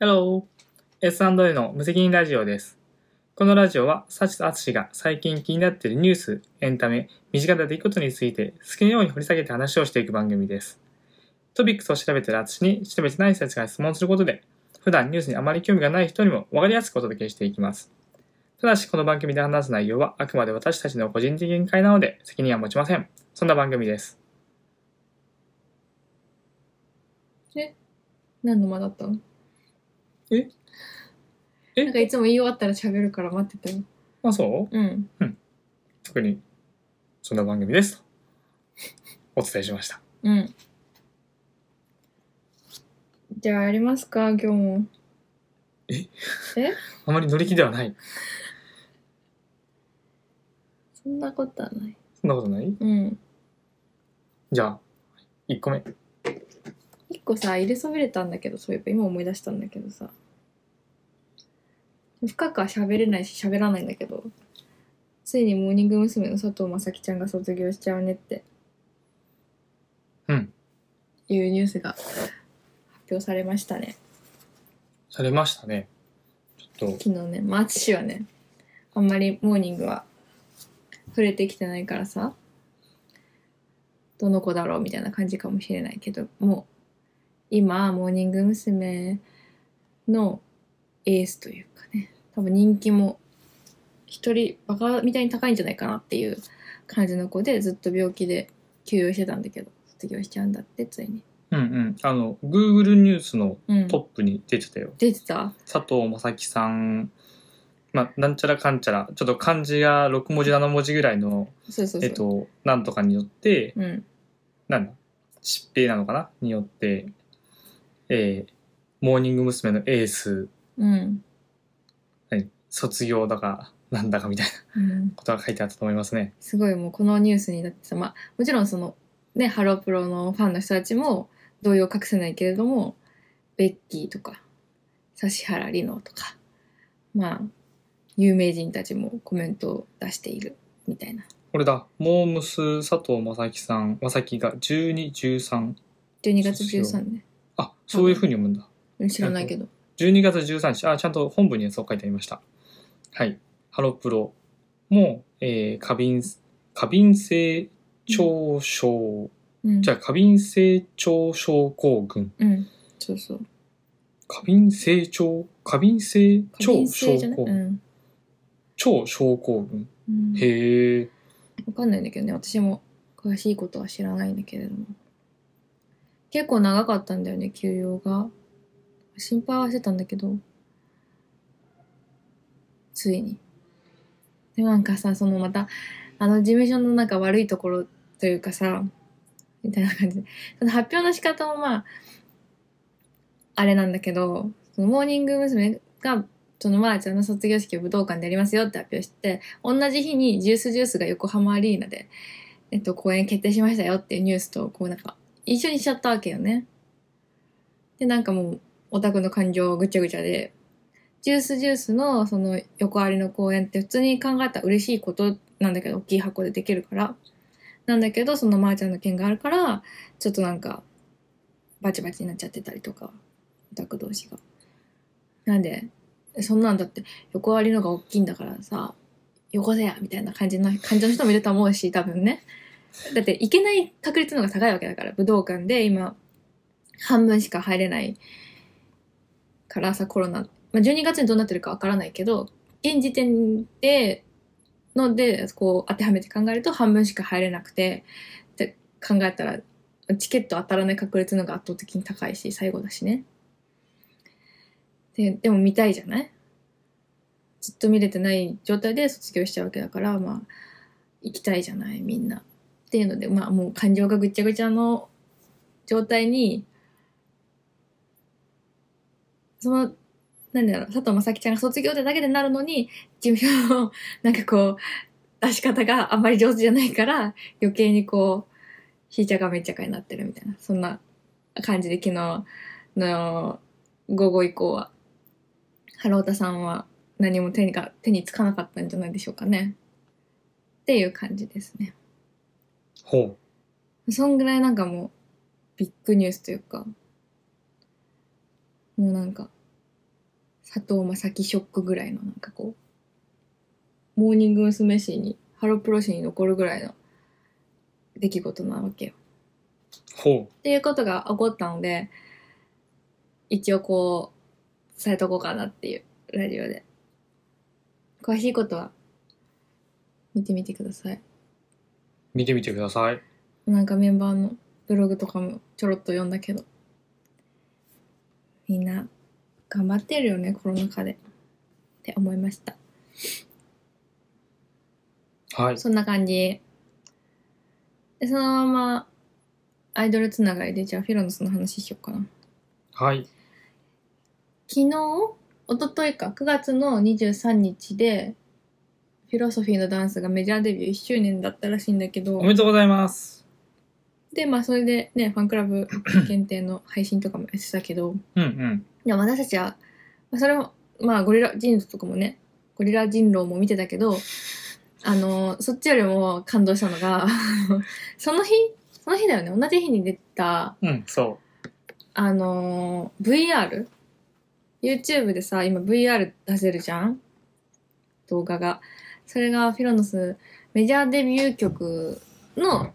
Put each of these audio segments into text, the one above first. Hello! S&A の無責任ラジオです。このラジオは、サチとアツシが最近気になっているニュース、エンタメ、身近な出来事について好きなように掘り下げて話をしていく番組です。トピックスを調べているアツシに調べてない人たちが質問することで、普段ニュースにあまり興味がない人にも分かりやすくお届けしていきます。ただし、この番組で話す内容はあくまで私たちの個人的見解なので責任は持ちません。そんな番組です。何の間だったのええなんかいつも言い終わったら喋るから待ってたよ。まあそううん。特に、そんな番組です。とお伝えしました。うん。じゃあやりますか、今日も。あまり乗り気ではない。そんなことはない。そんなことないうん。じゃあ、1個目。一個さ、入れそびれたんだけど、そういえば今思い出したんだけどさ。深くは喋れないし喋らないんだけど、ついにモーニング娘。の佐藤正樹ちゃんが卒業しちゃうねって。うん。いうニュースが発表されましたね。されましたね。ちょっと、昨日ねまあ淳はねあんまりモーニングは触れてきてないからさどの子だろうみたいな感じかもしれないけどもう今モーニング娘。のエースというかね多分人気も一人バカみたいに高いんじゃないかなっていう感じの子でずっと病気で休養してたんだけど卒業しちゃうんだってついにうんうん。あの、Google ニュースのうんトップに出てたよ。出てた佐藤正樹さん、まあ、なんちゃらかんちゃら、ちょっと漢字が6文字、7文字ぐらいの、そうそうそう、えっと、なんとかによって、うんなんだ、疾病なのかなによって、えー、モーニング娘。のエース、うん何卒業だか、なんだかみたいなうんことが書いてあったと思いますね。すごいもうこのニュースにだってさ、まあ、もちろんそのねハロープロのファンの人たちも動揺を隠せないけれどもベッキーとか指原莉乃とかまあ有名人たちもコメントを出しているみたいなこれだ、モームス佐藤正樹さん、正樹が12、13。 12月13ねあ、そういうふうに読むんだ。うん知らないけど12月13日、あ、ちゃんと本文にはそう書いてありました。はい。ハロプロも、えー過敏、過敏性腸症、うんじゃあ過敏性腸症候群。うんそうそう過敏性腸、過敏性過腸敏症性じゃない、候う群。ん腸症候群。うん、へえ。わかんないんだけどね私も詳しいことは知らないんだけれども結構長かったんだよね休養が心配はしてたんだけどついにでなんかさそのまたあの事務所のなんか悪いところというかさみたいな感じでその発表の仕方もまああれなんだけどそのモーニング娘。がそのまーちゃんの卒業式を武道館でやりますよって発表して同じ日にジュースジュースが横浜アリーナで、えっと、公演決定しましたよっていうニュースと、こうなんか、一緒にしちゃったわけよね。で、なんかもう、オタクの感情ぐちゃぐちゃで、ジュースジュースのその横ありの公演って普通に考えたら嬉しいことなんだけど、大きい箱でできるから。なんだけど、そのまーちゃんの件があるから、ちょっとなんか、バチバチになっちゃってたりとか、オタク同士が。なんで、そんなんだって横ありのが大きいんだからさ、よこせやみたいな感じの感じの人もいると思うし多分ねだって行けない確率の方が高いわけだから武道館で今半分しか入れないからさコロナ、まあ、12月にどうなってるかわからないけど現時点でのでこう当てはめて考えると半分しか入れなくてって考えたらチケット当たらない確率の方が圧倒的に高いし最後だしねででも見たいじゃないずっと見れてない状態で卒業しちゃうわけだからまあ行きたいじゃないみんなっていうのでまあもう感情がぐちゃぐちゃの状態にそのなんだろう佐藤正樹ちゃんが卒業ってだけでなるのに事務所のなんかこう出し方があんまり上手じゃないから余計にこうひいちゃかめっちゃかになってるみたいなそんな感じで昨日の午後以降はハロータさんは何も手にか手につかなかったんじゃないでしょうかね。っていう感じですね。ほそんぐらいなんかもうビッグニュースというかもうなんか佐藤正樹ショックぐらいのなんかこうモーニング娘。史にハロプロ史に残るぐらいの出来事なわけよ。ほ。っていうことが起こったので一応こう伝えとこうかなっていうラジオで詳しいことは見てみてくださいう見てみてください。なんかメンバーのブログとかもちょろっと読んだけどみんな頑張ってるよねコロナ禍でって思いましたはい。そんな感じでそのままアイドルつながりでじゃあフィロノスの話しようかなはい。昨日一昨日か9月の23日でフィロソフィーのダンスがメジャーデビュー1周年だったらしいんだけどおめでとうございます。でまあそれでねファンクラブ限定の配信とかもやってたけどうんうん。でも私たちはまあそれもまあゴリラ人狼とかもねゴリラ人狼も見てたけどあのそっちよりも感動したのが その日その日だよね同じ日に出たうん、そあのー VRYouTube でさ今 VR 出せるじゃん動画がそれがフィロノスメジャーデビュー曲の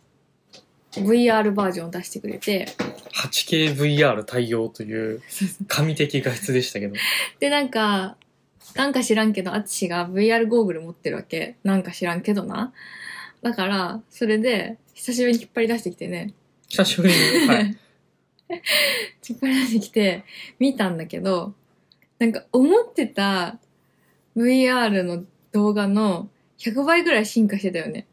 VR バージョンを出してくれてう。8KVR 対応と いう神的画質でしたけど。でなんかなんか知らんけど淳が VR ゴーグル持ってるわけなんか知らんけどなだからそれで久しぶりに引っ張り出してきてね久しぶり に。はい。引っ張られてきて見たんだけどなんか思ってた VR の動画の100倍ぐらい進化してたよね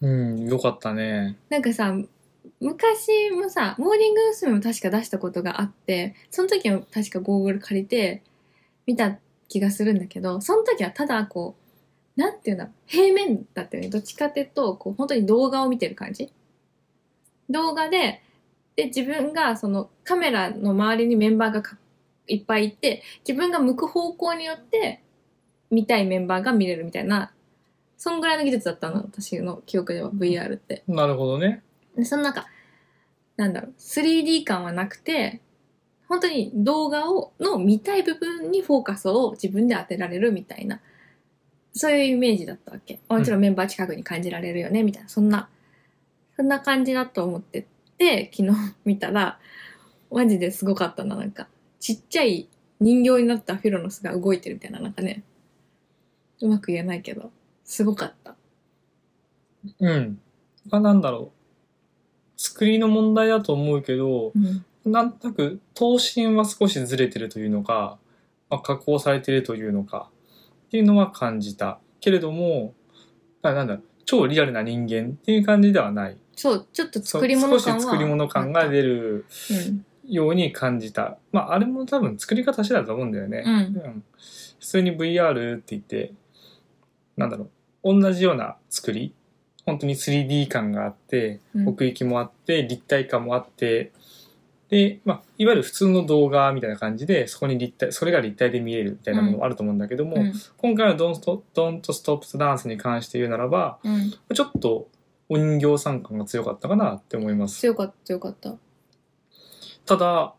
うん、よかったね。なんかさ昔もさモーニング娘。も確か出したことがあってその時も確かゴーグル借りて見た気がするんだけどその時はただこうなんていうんだろう平面だったよねどっちかっていうとこう本当に動画を見てる感じ動画でで自分がそのカメラの周りにメンバーがかいっぱいいて自分が向く方向によって見たいメンバーが見れるみたいなそんぐらいの技術だったの私の記憶では VR って。なるほどね。でそのなんか、なんだろう、3D 感はなくて、本当に動画を、の見たい部分にフォーカスを自分で当てられるみたいな、そういうイメージだったわけ。もちろんメンバー近くに感じられるよね、みたいな、そんな、そんな感じだと思ってて、昨日見たら、マジですごかったな、なんか、ちっちゃい人形になったフィロノスが動いてるみたいな、なんかね、うまく言えないけど、すごかった。うん。がなんだろう。作りの問題だと思うけど、うんなんとなく、頭身は少しずれてるというのか、まあ、加工されてるというのか、っていうのは感じた。けれども、あなんだ、超リアルな人間っていう感じではない。そう、ちょっとそう作り物少感しは。作り物感が出るうんように感じた。まあ、あれも多分作り方次第だと思うんだよね。うん普通に VR って言って、なんだろう、同じような作り。本当に 3D 感があって、うん奥行きもあって立体感もあってで、まあ、いわゆる普通の動画みたいな感じでそこに立体それが立体で見えるみたいなものもあると思うんだけども、うん今回のドンスト「Don't Stop the Dance」に関して言うならばうん、ちょっとお人形さん感が強かったかなって思います強かった強かった、ただ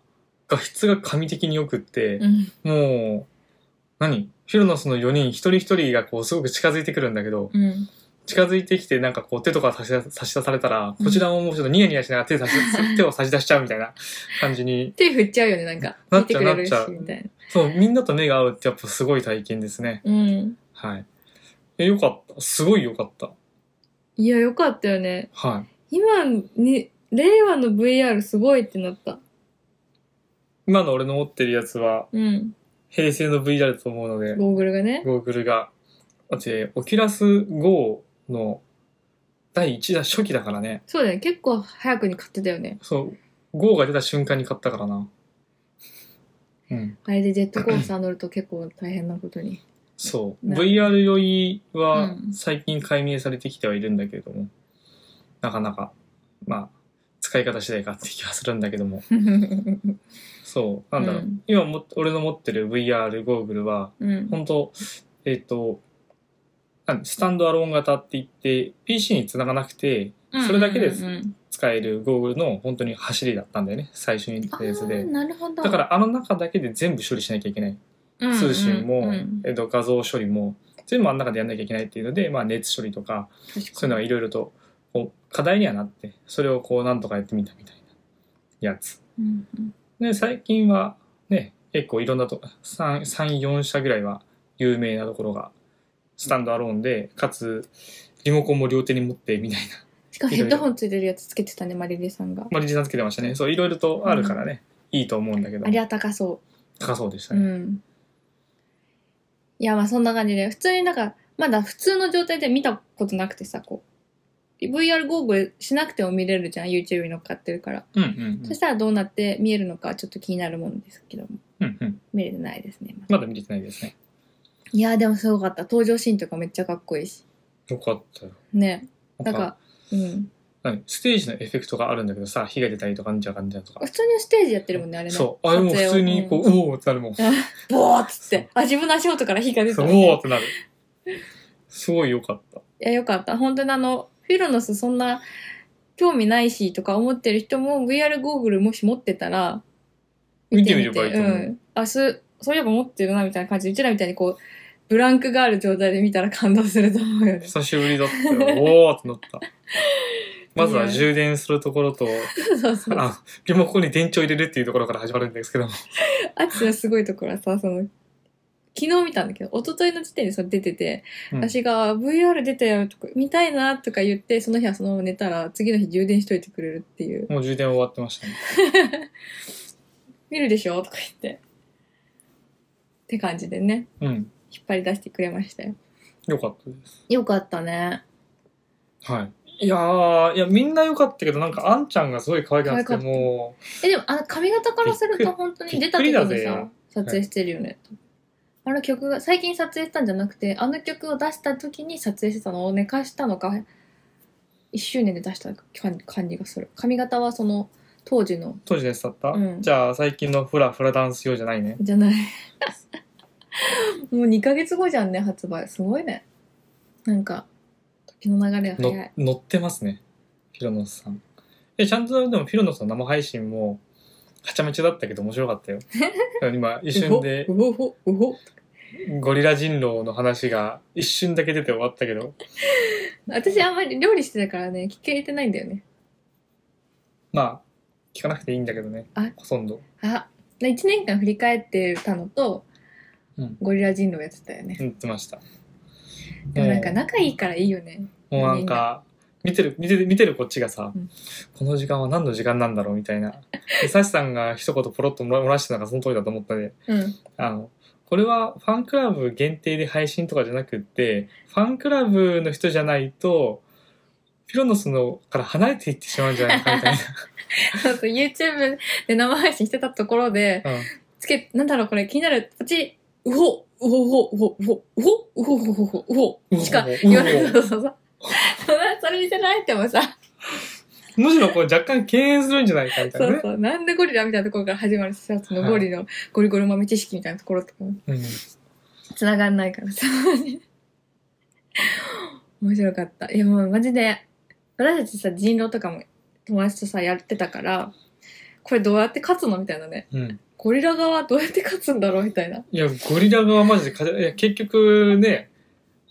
画質が神的によくってう、んもう何フィロノスの4人一人一人がこうすごく近づいてくるんだけど、うん、近づいてきてなんかこう手とか差し出差し出されたら、こちらももうちょっとニヤニヤしながら手差 し手を差し出しちゃうみたいな感じに、手振っちゃうよねなんかな見っちてゃうくれるしなっちゃうみたいなそう、みんなと目が合うってやっぱすごい体験ですね。うんはい。え、よかった。すごいよかった。いやよかったよねは今に令和の VR すごいってなったい。今の俺の持ってるやつは、うん平成の VR だと思うので、ゴーグルがねゴーグルが。だって、オキュラス GO の第1弾、初期だからね。そうだよね結構早くに買ってたよねそう、GO が出た瞬間に買ったからな。うん。あれでジェットコースター乗ると結構大変なことにそう。な VR 酔いはうん最近解明されてきてはいるんだけれども、なかなか、まあ、使い方次第かって気はするんだけども、うんそう、なんだろう。うん今も、俺の持ってる VR ゴーグルは、うん本当えっ、と、なんスタンドアローン型って言って、PC につながなくてそれだけですうんうん使えるゴーグルの本当に走りだったんだよね、最初にあやつーで。なるほどだからあの中だけで全部処理しなきゃいけない。うん通信も、うんうんえっと、画像処理も全部あん中でやんなきゃいけないっていうので、まあ、熱処理とか確そういうのがいろいろとこう課題にはなってそれをこうなんとかやってみたみたいなやつ。うんうんで最近はね結構いろんなと34社ぐらいは有名なところがスタンドアローンでかつリモコンも両手に持ってみたいなしかもヘッドホンついてるやつつけてたねマリリさんがまあ、リジさんつけてましたね。そう、いろいろとあるからね、いいと思うんだけどあ、れは高そ高そうでしう、たね。うんいやまあそんな感じで普通になんかまだ普通の状態で見たことなくてさこう VR ゴーグルしなくても見れるじゃん YouTube に乗っかってるから、うん、うん、そしたらどうなって見えるのかちょっと気になるものですけどもうん。うんうん見れてないですね、まだまだ見れてないですね。いやでもすごかった登場シーンとかめっちゃかっこいいしよかったよ。ねななんんかか、うん、何ステージのエフェクトがあるんだけどさ、火が出たりとか、なんちゃらかんちゃらとか普。通にステージやってるもんねあれねそう。あれもう普撮影を通に、こう、んおおーってなるもん。ボーっつってあ自分の足元から火が出そたう、みたいなおおってなる。すごいよかった。いや、よかった。本当にあの、フィロノスそんな興味ないしとか思ってる人も VR ゴーグルもし持ってたら、見てみればいいとう思う。ん。あ、す、そういえば持ってるなみたいな感じで、うちらみたいにこう、ブランクがある状態で見たら感動すると思う よね。久しぶりだった よ。おおってなった。まずは充電するところと、そうそう。あリモコンに電池を入れるっていうところから始まるんですけども。アツのすごいところはさ、その、昨日見たんだけど、一昨日の時点でそれ出てて、うん私が VR 出たよとか、見たいなとか言って、その日はそのまま寝たら、次の日充電しといてくれるっていう。もう充電終わってましたね。見るでしょとか言って。って感じでね、うん。引っ張り出してくれましたよ。よかったです。よかったね。はい。いやー、いや、みんな良かったけど、なんか、あんちゃんがすごい可愛くなってて、可愛かったもえ、でも、あの、髪型からするびっくとり本当びにっ出たくり時だぜにさ、撮影してるよね。あの曲が、最近撮影したんじゃなくて、あの曲を出した時に撮影してたのを寝かしたのか、1周年で出した感感じがする。髪型はその、当時の、う、当時のやつだった、うんじゃあ、最近のフラフラダンス用じゃないね。じゃない。 もう2ヶ月後じゃんね、発売。すごいね。なんか、時の流れがの早い。乗ってますね。フィロノスさん。え、ちゃんと、でも、フィロノスの生配信も、はちゃめちゃだったけど、面白かった よ。今、一瞬で、うほうほうほうほゴリラ人狼の話が、一瞬だけ出て終わったけど、私あんまり料理してたからね聞けれてないんだよねまあ、聞かなくていいんだけどねあ。ほとんど。あ1年間振り返ってたのと、うんゴリラ人狼やってたよね言ってました。でもなんか仲いいからいいよねもうなんか、見てる、見てる、見てるこっちがさ、うんこの時間は何の時間なんだろうみたいな。で、サシさんが一言ポロッと漏らしてたのがその通りだと思ったで、うん あの、これはファンクラブ限定で配信とかじゃなくって、ファンクラブの人じゃないと、ピロノスのから離れていってしまうんじゃないかみたいそうそう YouTube で生配信してたところで な。うんつけなんだろうこれ気になるポチうほうほうほうほうほうほうほうほうほうしか言わなういほそうそうそうそれそれ見せられてもさむしろこう若干敬遠するんじゃないかみたいなそうね。そうなんでゴリラみたいなところから始まるしさそのゴリのゴリゴリ豆知識みたいなところとかもうんつながんないからさ。面白かった。いやもうマジで、私たちさ、人狼とかも友達とさ、やってたから、これどうやって勝つのみたいなね。うん。ゴリラ側どうやって勝つんだろうみたいな。いや、ゴリラ側マジで勝て、いや、結局ね、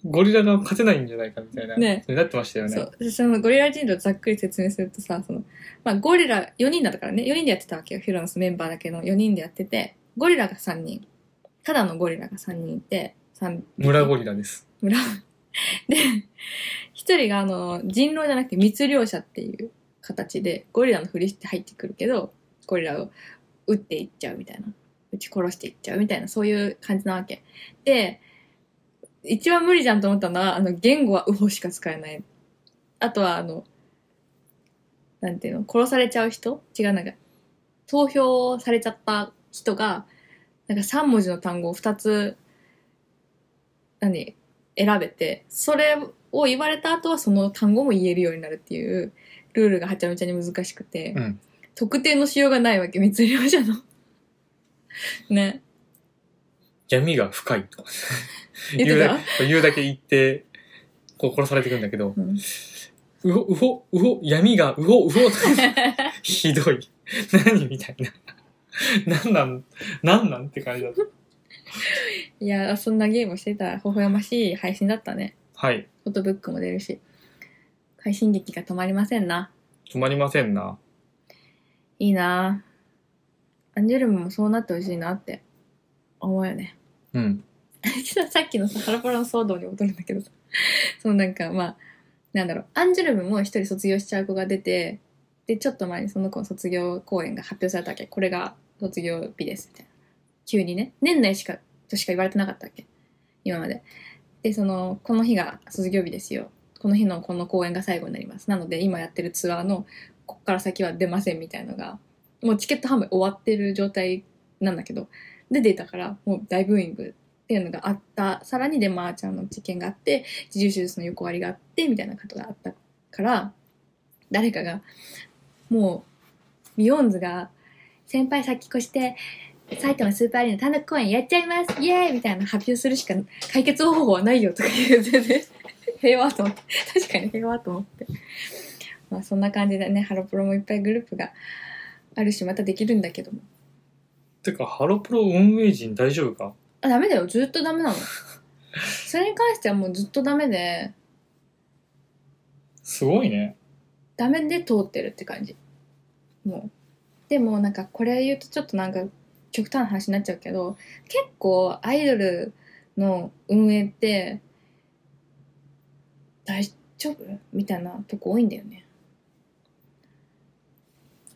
ゴリラ側勝てないんじゃないかみたいな。ねなってましたよね。そう。でそのゴリラ人狼ざっくり説明するとさ、その、まあゴリラ4人だったからね、4人でやってたわけよ。フィロノスメンバーだけの4人でやってて、ゴリラが3人。ただのゴリラが3人いて、三村ゴリラです。村。 で、一人があの、人狼じゃなくて密猟者っていう形で、ゴリラのふりして入ってくるけど、ゴリラを撃っていっちゃうみたいな。撃ち殺していっちゃうみたいな、そういう感じなわけ。で、一番無理じゃんと思ったのは、あの、言語はウホしか使えない。あとは、あの、なんていうの、殺されちゃう人違う、なんか、投票されちゃった人が、なんか3文字の単語を2つ、何選べてそれを言われた後はその単語も言えるようになるっていうルールがはちゃめちゃに難しくて、うん特定のしようがないわけ密漁者の ね闇が深いとか。 言ってただけ言うだけ言って、こう殺されていくんだけど、うんうほ、うほ、うほ、闇が、うほ、う ほ、ひどい。何みたいな。なんなん、なんなんって感じだった。いや、そんなゲームしてた微笑ましい配信だったね。はい。フォトブックも出るし。快進撃が止まりませんな。止まりませんな。いいなアンジュルムもそうなってほしいなって思うよね。うん。 さっきのさ、ハロプロの騒動に戻るんだけどさ。 そのなんか、まあ、なんだろう、アンジュルムも一人卒業しちゃう子が出て、で、ちょっと前にその子の卒業公演が発表されたわけ。これが卒業日です、みたいな。急にね。年内しか、としか言われてなかったわけ。今まで。で、その、この日が卒業日ですよ。この日のこの公演が最後になります。なので、今やってるツアーの、こっから先は出ませんみたいのが、もうチケット販売終わってる状態なんだけど、で出たから、もう大ブーイングっていうのがあったさらにデマーちゃんの事件があって自重手術の横割りがあってみたいなことがあったから誰かがもうビヨンズが「先輩先越して埼玉スーパーアリーナ単独公演やっちゃいますイエーイ!」みたいな発表するしか解決方法はないよとか言う全然 平和と思って確かに平和と思ってまあそんな感じでねハロプロもいっぱいグループがあるしまたできるんだけどもてか、ハロプロ運営陣大丈夫かあダメだよずっとダメなのそれに関してはもうずっとダメですごいね。ダメで通ってるって感じもうでもなんかこれ言うとちょっとなんか極端な話になっちゃうけど結構アイドルの運営って大丈夫みたいなとこ多いんだよね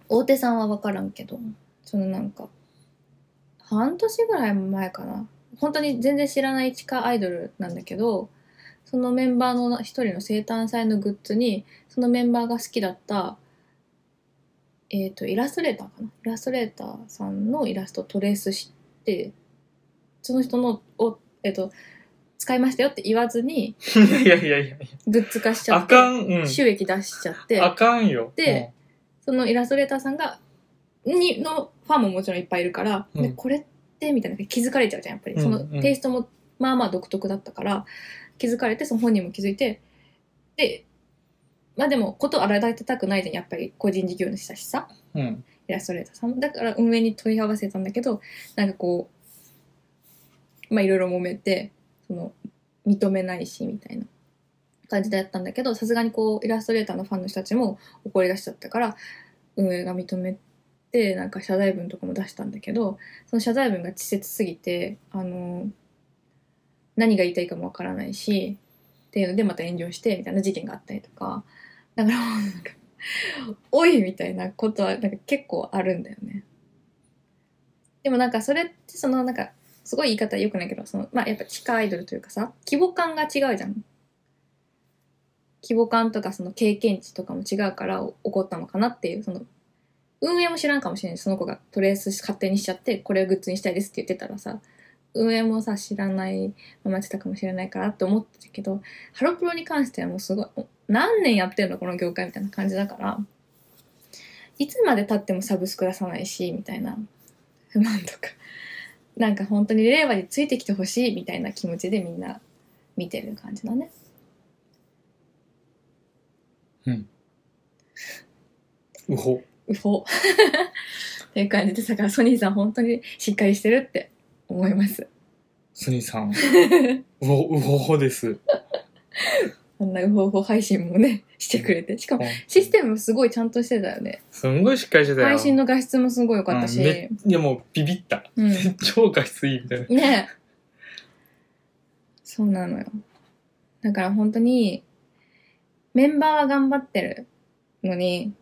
大手さんは分からんけどそのなんか半年ぐらい前かな本当に全然知らない地下アイドルなんだけどそのメンバーの一人の生誕祭のグッズにそのメンバーが好きだった、えっとイラストレーターかなイラストレーターさんのイラストをトレースしてその人のを、えっと使いましたよって言わずにいやいやいやいや。グッズ化しちゃあってかん、うん。収益出しちゃってあかんよ。でそのイラストレーターさんがにのファンももちろんいっぱいいるから、うんでこれってみたいな気づかれちゃうじゃんやっぱり、うんそうんのテイストもまあまあ独特だったから気づかれてその本人も気づいてでまあでもこと荒立てたくないじゃんやっぱり個人事業主だしさうん。うん。イラストレーターさんもだから運営に問い合わせたんだけどなんかこうまあいろいろ揉めてその認めないしみたいな感じだったんだけどさすがにこうイラストレーターのファンの人たちも怒り出しちゃったから運営が認めてなんか謝罪文とかも出したんだけどその謝罪文が稚拙すぎてあの何が言いたいかもわからないしっていうのでまた炎上してみたいな事件があったりとかだからもうなんかおいみたいなことはなんか結構あるんだよね。でもなんかそれってそのなんかすごい言い方良くないけどその、まあ、やっぱ地下アイドルというかさ規模感が違うじゃん。規模感とかその経験値とかも違うからお起こったのかなっていうその運営も知らんかもしれないその子がトレースし勝手にしちゃってこれをグッズにしたいですって言ってたらさ運営もさ知らないままやってたかもしれないからって思ってたけどハロプロに関してはもうすごいお何年やってんのこの業界みたいな感じだからいつまで経ってもサブスク出さないしみたいな不満とか なんか本当に令和についてきてほしいみたいな気持ちでみんな見てる感じだねうほ。うほ っていう感じでだからソニーさん本当にしっかりしてるって思いますスニ さん。うほ、うほほです。あんなうほうほ配信もね してくれてしかもシステムすごいちゃんとしてたよねすんごいしっかりしてたよ。配信の画質もすごい良かったうんめし、いやもうビビった。うん、超画質いいみたいな。ねえそうなのよだから本当にメンバーは頑張ってるのに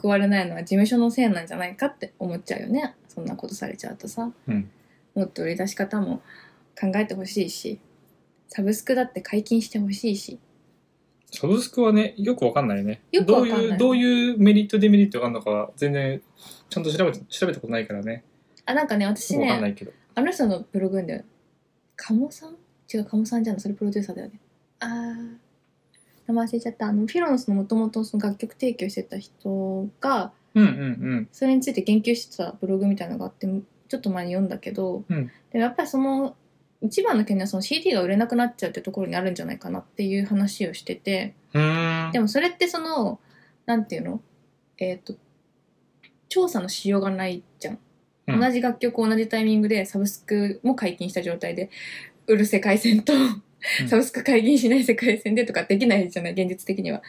報われないのは事務所のせいなんじゃないかって思っちゃうよねそんなことされちゃうとさ、うんもっと売り出し方も考えてほしいしサブスクだって解禁してほしいしサブスクはね、よくわかんないね。よくわかんないどういう、どういうメリット、デメリットがあるのかは、全然、ちゃんと調べて、調べたことないからね。あなんかねよ私くわかんなねいけど。あの人のブログ読んだよ鴨さん違う鴨さんじゃんそれプロデューサーだよねあー名前忘れちゃったあのフィロのそのもともと楽曲提供してた人がうんうんそれについて言及してたブログみたいなのがあってちょっと前に読んだけど、うんでもやっぱりその一番の懸念はその CD が売れなくなっちゃうってところにあるんじゃないかなっていう話をしてて、うん。うーん。でもそれってそのなんていうのえっ、と調査のしようがないじゃんうん同じ楽曲を同じタイミングでサブスクも解禁した状態で売る世界線と、サブスク解禁しない世界線でとかできないじゃない現実的には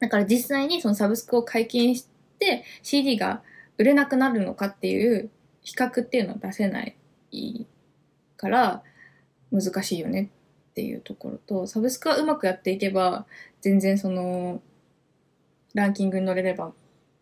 だから実際にそのサブスクを解禁して CD が売れなくなるのかっていう比較っていうのは出せないから難しいよねっていうところとサブスクはうまくやっていけば全然そのランキングに乗れれば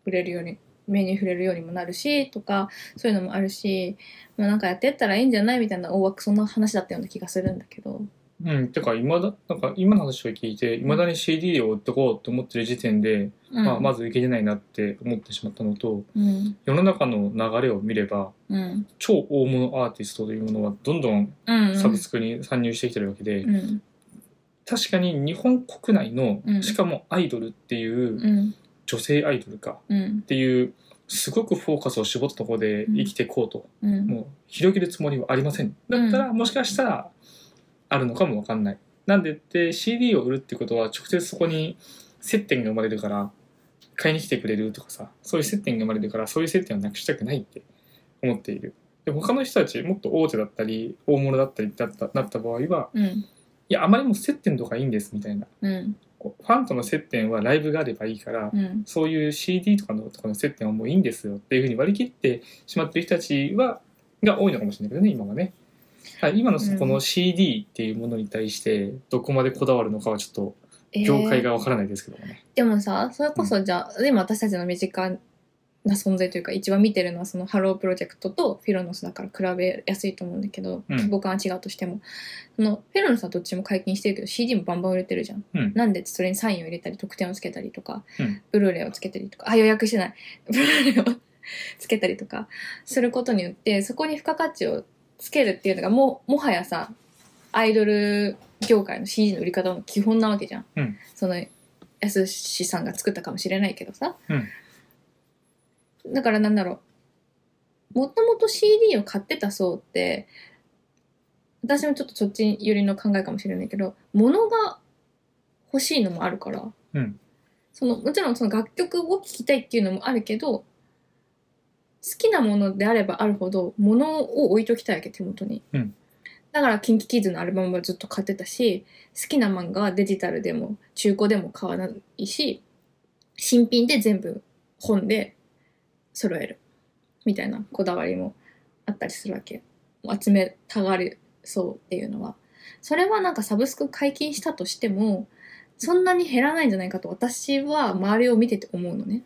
売れるように目に触れるようにもなるしとかそういうのもあるし、まあ、なんかやってったらいいんじゃないみたいな大枠そんな話だったような気がするんだけどうん、てか今だなんか今の話を聞いていまだに CD を売ってこうと思ってる時点で、うんまあ、まずいけてないなって思ってしまったのとうん世の中の流れを見ればうん超大物アーティストというものはどんどんうんサブスクに参入してきてるわけで、うん確かに日本国内の、うんしかもアイドルっていううん女性アイドルかうんっていうすごくフォーカスを絞ったところで生きていこうと、うんもう広げるつもりはありませんだったらもしかしたらあるのかもわかんないなんでって CD を売るってことは直接そこに接点が生まれるから買いに来てくれるとかさそういう接点が生まれるからそういう接点をなくしたくないって思っているで他の人たちもっと大手だったり大物だったりだったなった場合はうんいやあまりもう接点とかいいんですみたいなうんファンとの接点はライブがあればいいから、うんそういう CD とかのとかの接点はもういいんですよっていうふうに割り切ってしまってる人たちはが多いのかもしれないけどね今はね。はい今のそこうのん CD っていうものに対してどこまでこだわるのかはちょっとえー業界がわからないですけどもね。でもさそれこそじゃあ今私たちの身近な存在というか一番見てるのはそのハロープロジェクトとフィロノスだから比べやすいと思うんだけどうん規模感は違うとしてもそのフィロノスはどっちも解禁してるけど CD もバンバン売れてるじゃんうんなんでそれにサインを入れたり特典をつけたりとかうんブルーレイをつけたりとかあ予約してない ブルーレイをつけたりとかすることによってそこに付加価値をつけるっていうのがもうもはやさアイドル業界の CD の売り方の基本なわけじゃん、うんそのやすしさんが作ったかもしれないけどさ、うんだからなんだろうもともと CD を買ってた層って私もちょっとそっち寄りの考えかもしれないけど物が欲しいのもあるから、うんそのもちろんその楽曲を聴きたいっていうのもあるけど好きなものであればあるほど物を置いときたいわけ手元に、うんだから KinKiKids のアルバムはずっと買ってたし好きな漫画はデジタルでも中古でも買わないし新品で全部本で揃えるみたいなこだわりもあったりするわけ集めたがるそうっていうのはそれはなんかサブスク解禁したとしてもそんなに減らないんじゃないかと私は周りを見てて思うのね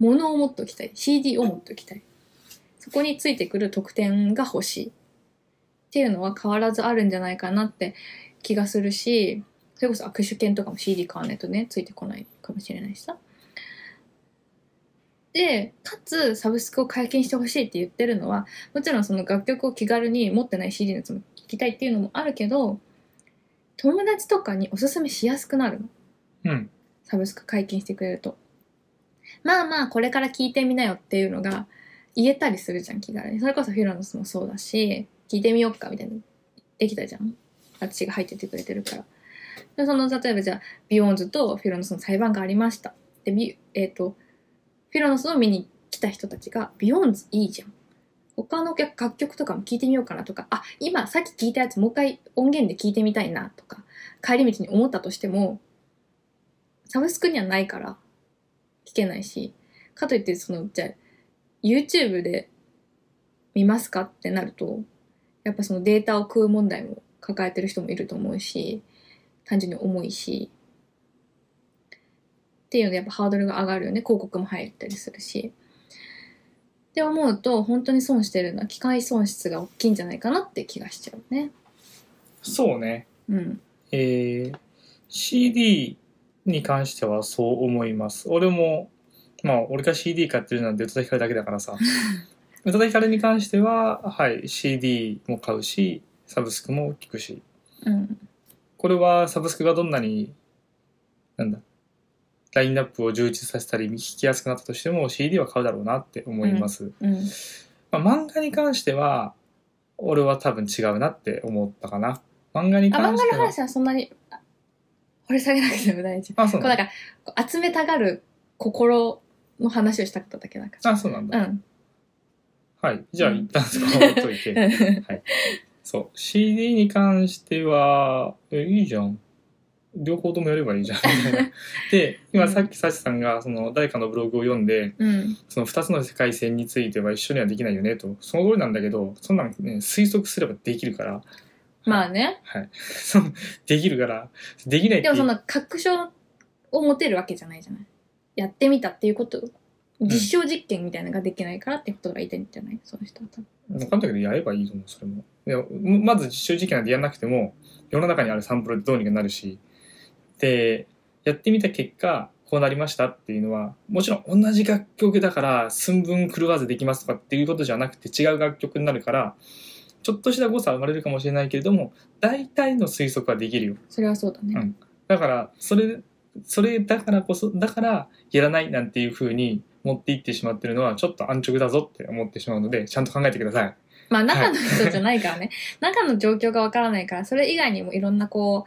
物を持っておきたい CD を持っておきたいそこについてくる特典が欲しいっていうのは変わらずあるんじゃないかなって気がするしそれこそ握手券とかも CD 買わないとねついてこないかもしれないしさでかつサブスクを解禁してほしいって言ってるのはもちろんその楽曲を気軽に持ってない CD のやつも聴きたいっていうのもあるけど友達とかにおすすめしやすくなるのうん、サブスク解禁してくれるとまあまあこれから聞いてみなよっていうのが言えたりするじゃん気軽にそれこそフィラノスもそうだし聞いてみよっかみたいなできたじゃん私が入っててくれてるからでその例えばじゃあビヨーンズとフィラノスの裁判がありましたでビえっ、とフィラノスを見に来た人たちがビヨーンズいいじゃん他の楽楽曲とかも聞いてみようかなとかあ今さっき聞いたやつもう一回音源で聞いてみたいなとか帰り道に思ったとしてもサブスクにはないから聞けないしかといってそのじゃあ YouTube で見ますかってなるとやっぱそのデータを食う問題も抱えてる人もいると思うし単純に重いしっていうのでやっぱハードルが上がるよね広告も入ったりするし。って思うと本当に損してるのは機械損失が大きいんじゃないかなって気がしちゃうね。そうね、うん。えー CD に関してはそう思います。俺もまあ俺が CD 買ってるなんて宇多田ヒカルだけだから さ宇多田ヒカルに関しては、はい、CD も買うしサブスクも聞くしうん。これはサブスクがどんなに、なんだ、ラインナップを充実させたり、聞きやすくなったとしても CD は買うだろうなって思います。うん。まあ、漫画に関しては、俺は多分違うなって思ったかな。漫画に関あ漫して画のは。話はそんなにあ掘り下げなくても大丈夫。あ、そうこうななんんだ。かこう集めたがる心の話をしたかっただけなんか。あ、そうなんだ。うん。はい。じゃあ、うん一旦そこは置いとい て。うそう。CD に関しては、え、いいじゃん。両方ともやればい いじゃん。みたいなで、今さっきサチさんが、その、誰かのブログを読んで、ん。その2つの世界線については一緒にはできないよねと。その通りなんだけど、そんなんね、推測すればできるから。まあね。はい。 そのできるから、できないってでもそんな確証を持てるわけじゃないじゃない。やってみたっていうこと、実証実験みたいなのができないからってことが言いたいんじゃないその人は多分。分かんないけど、やればいいと思う、それも。でもまず実証実験なんてやらなくても、世の中にあるサンプルでどうにかなるし、で、やってみた結果、こうなりましたっていうのは、もちろん同じ楽曲だから寸分狂わずできますとかっていうことじゃなくて違う楽曲になるから、ちょっとした誤差は生まれるかもしれないけれども、大体の推測はできるよ。それはそうだね。うんだからそれそれだからこそだからやらないなんていうふうに持っていってしまってるのはちょっと安直だぞって思ってしまうのでちゃんと考えてください。まあ中の人じゃないからね。中の状況がわからないから、それ以外にもいろんなこ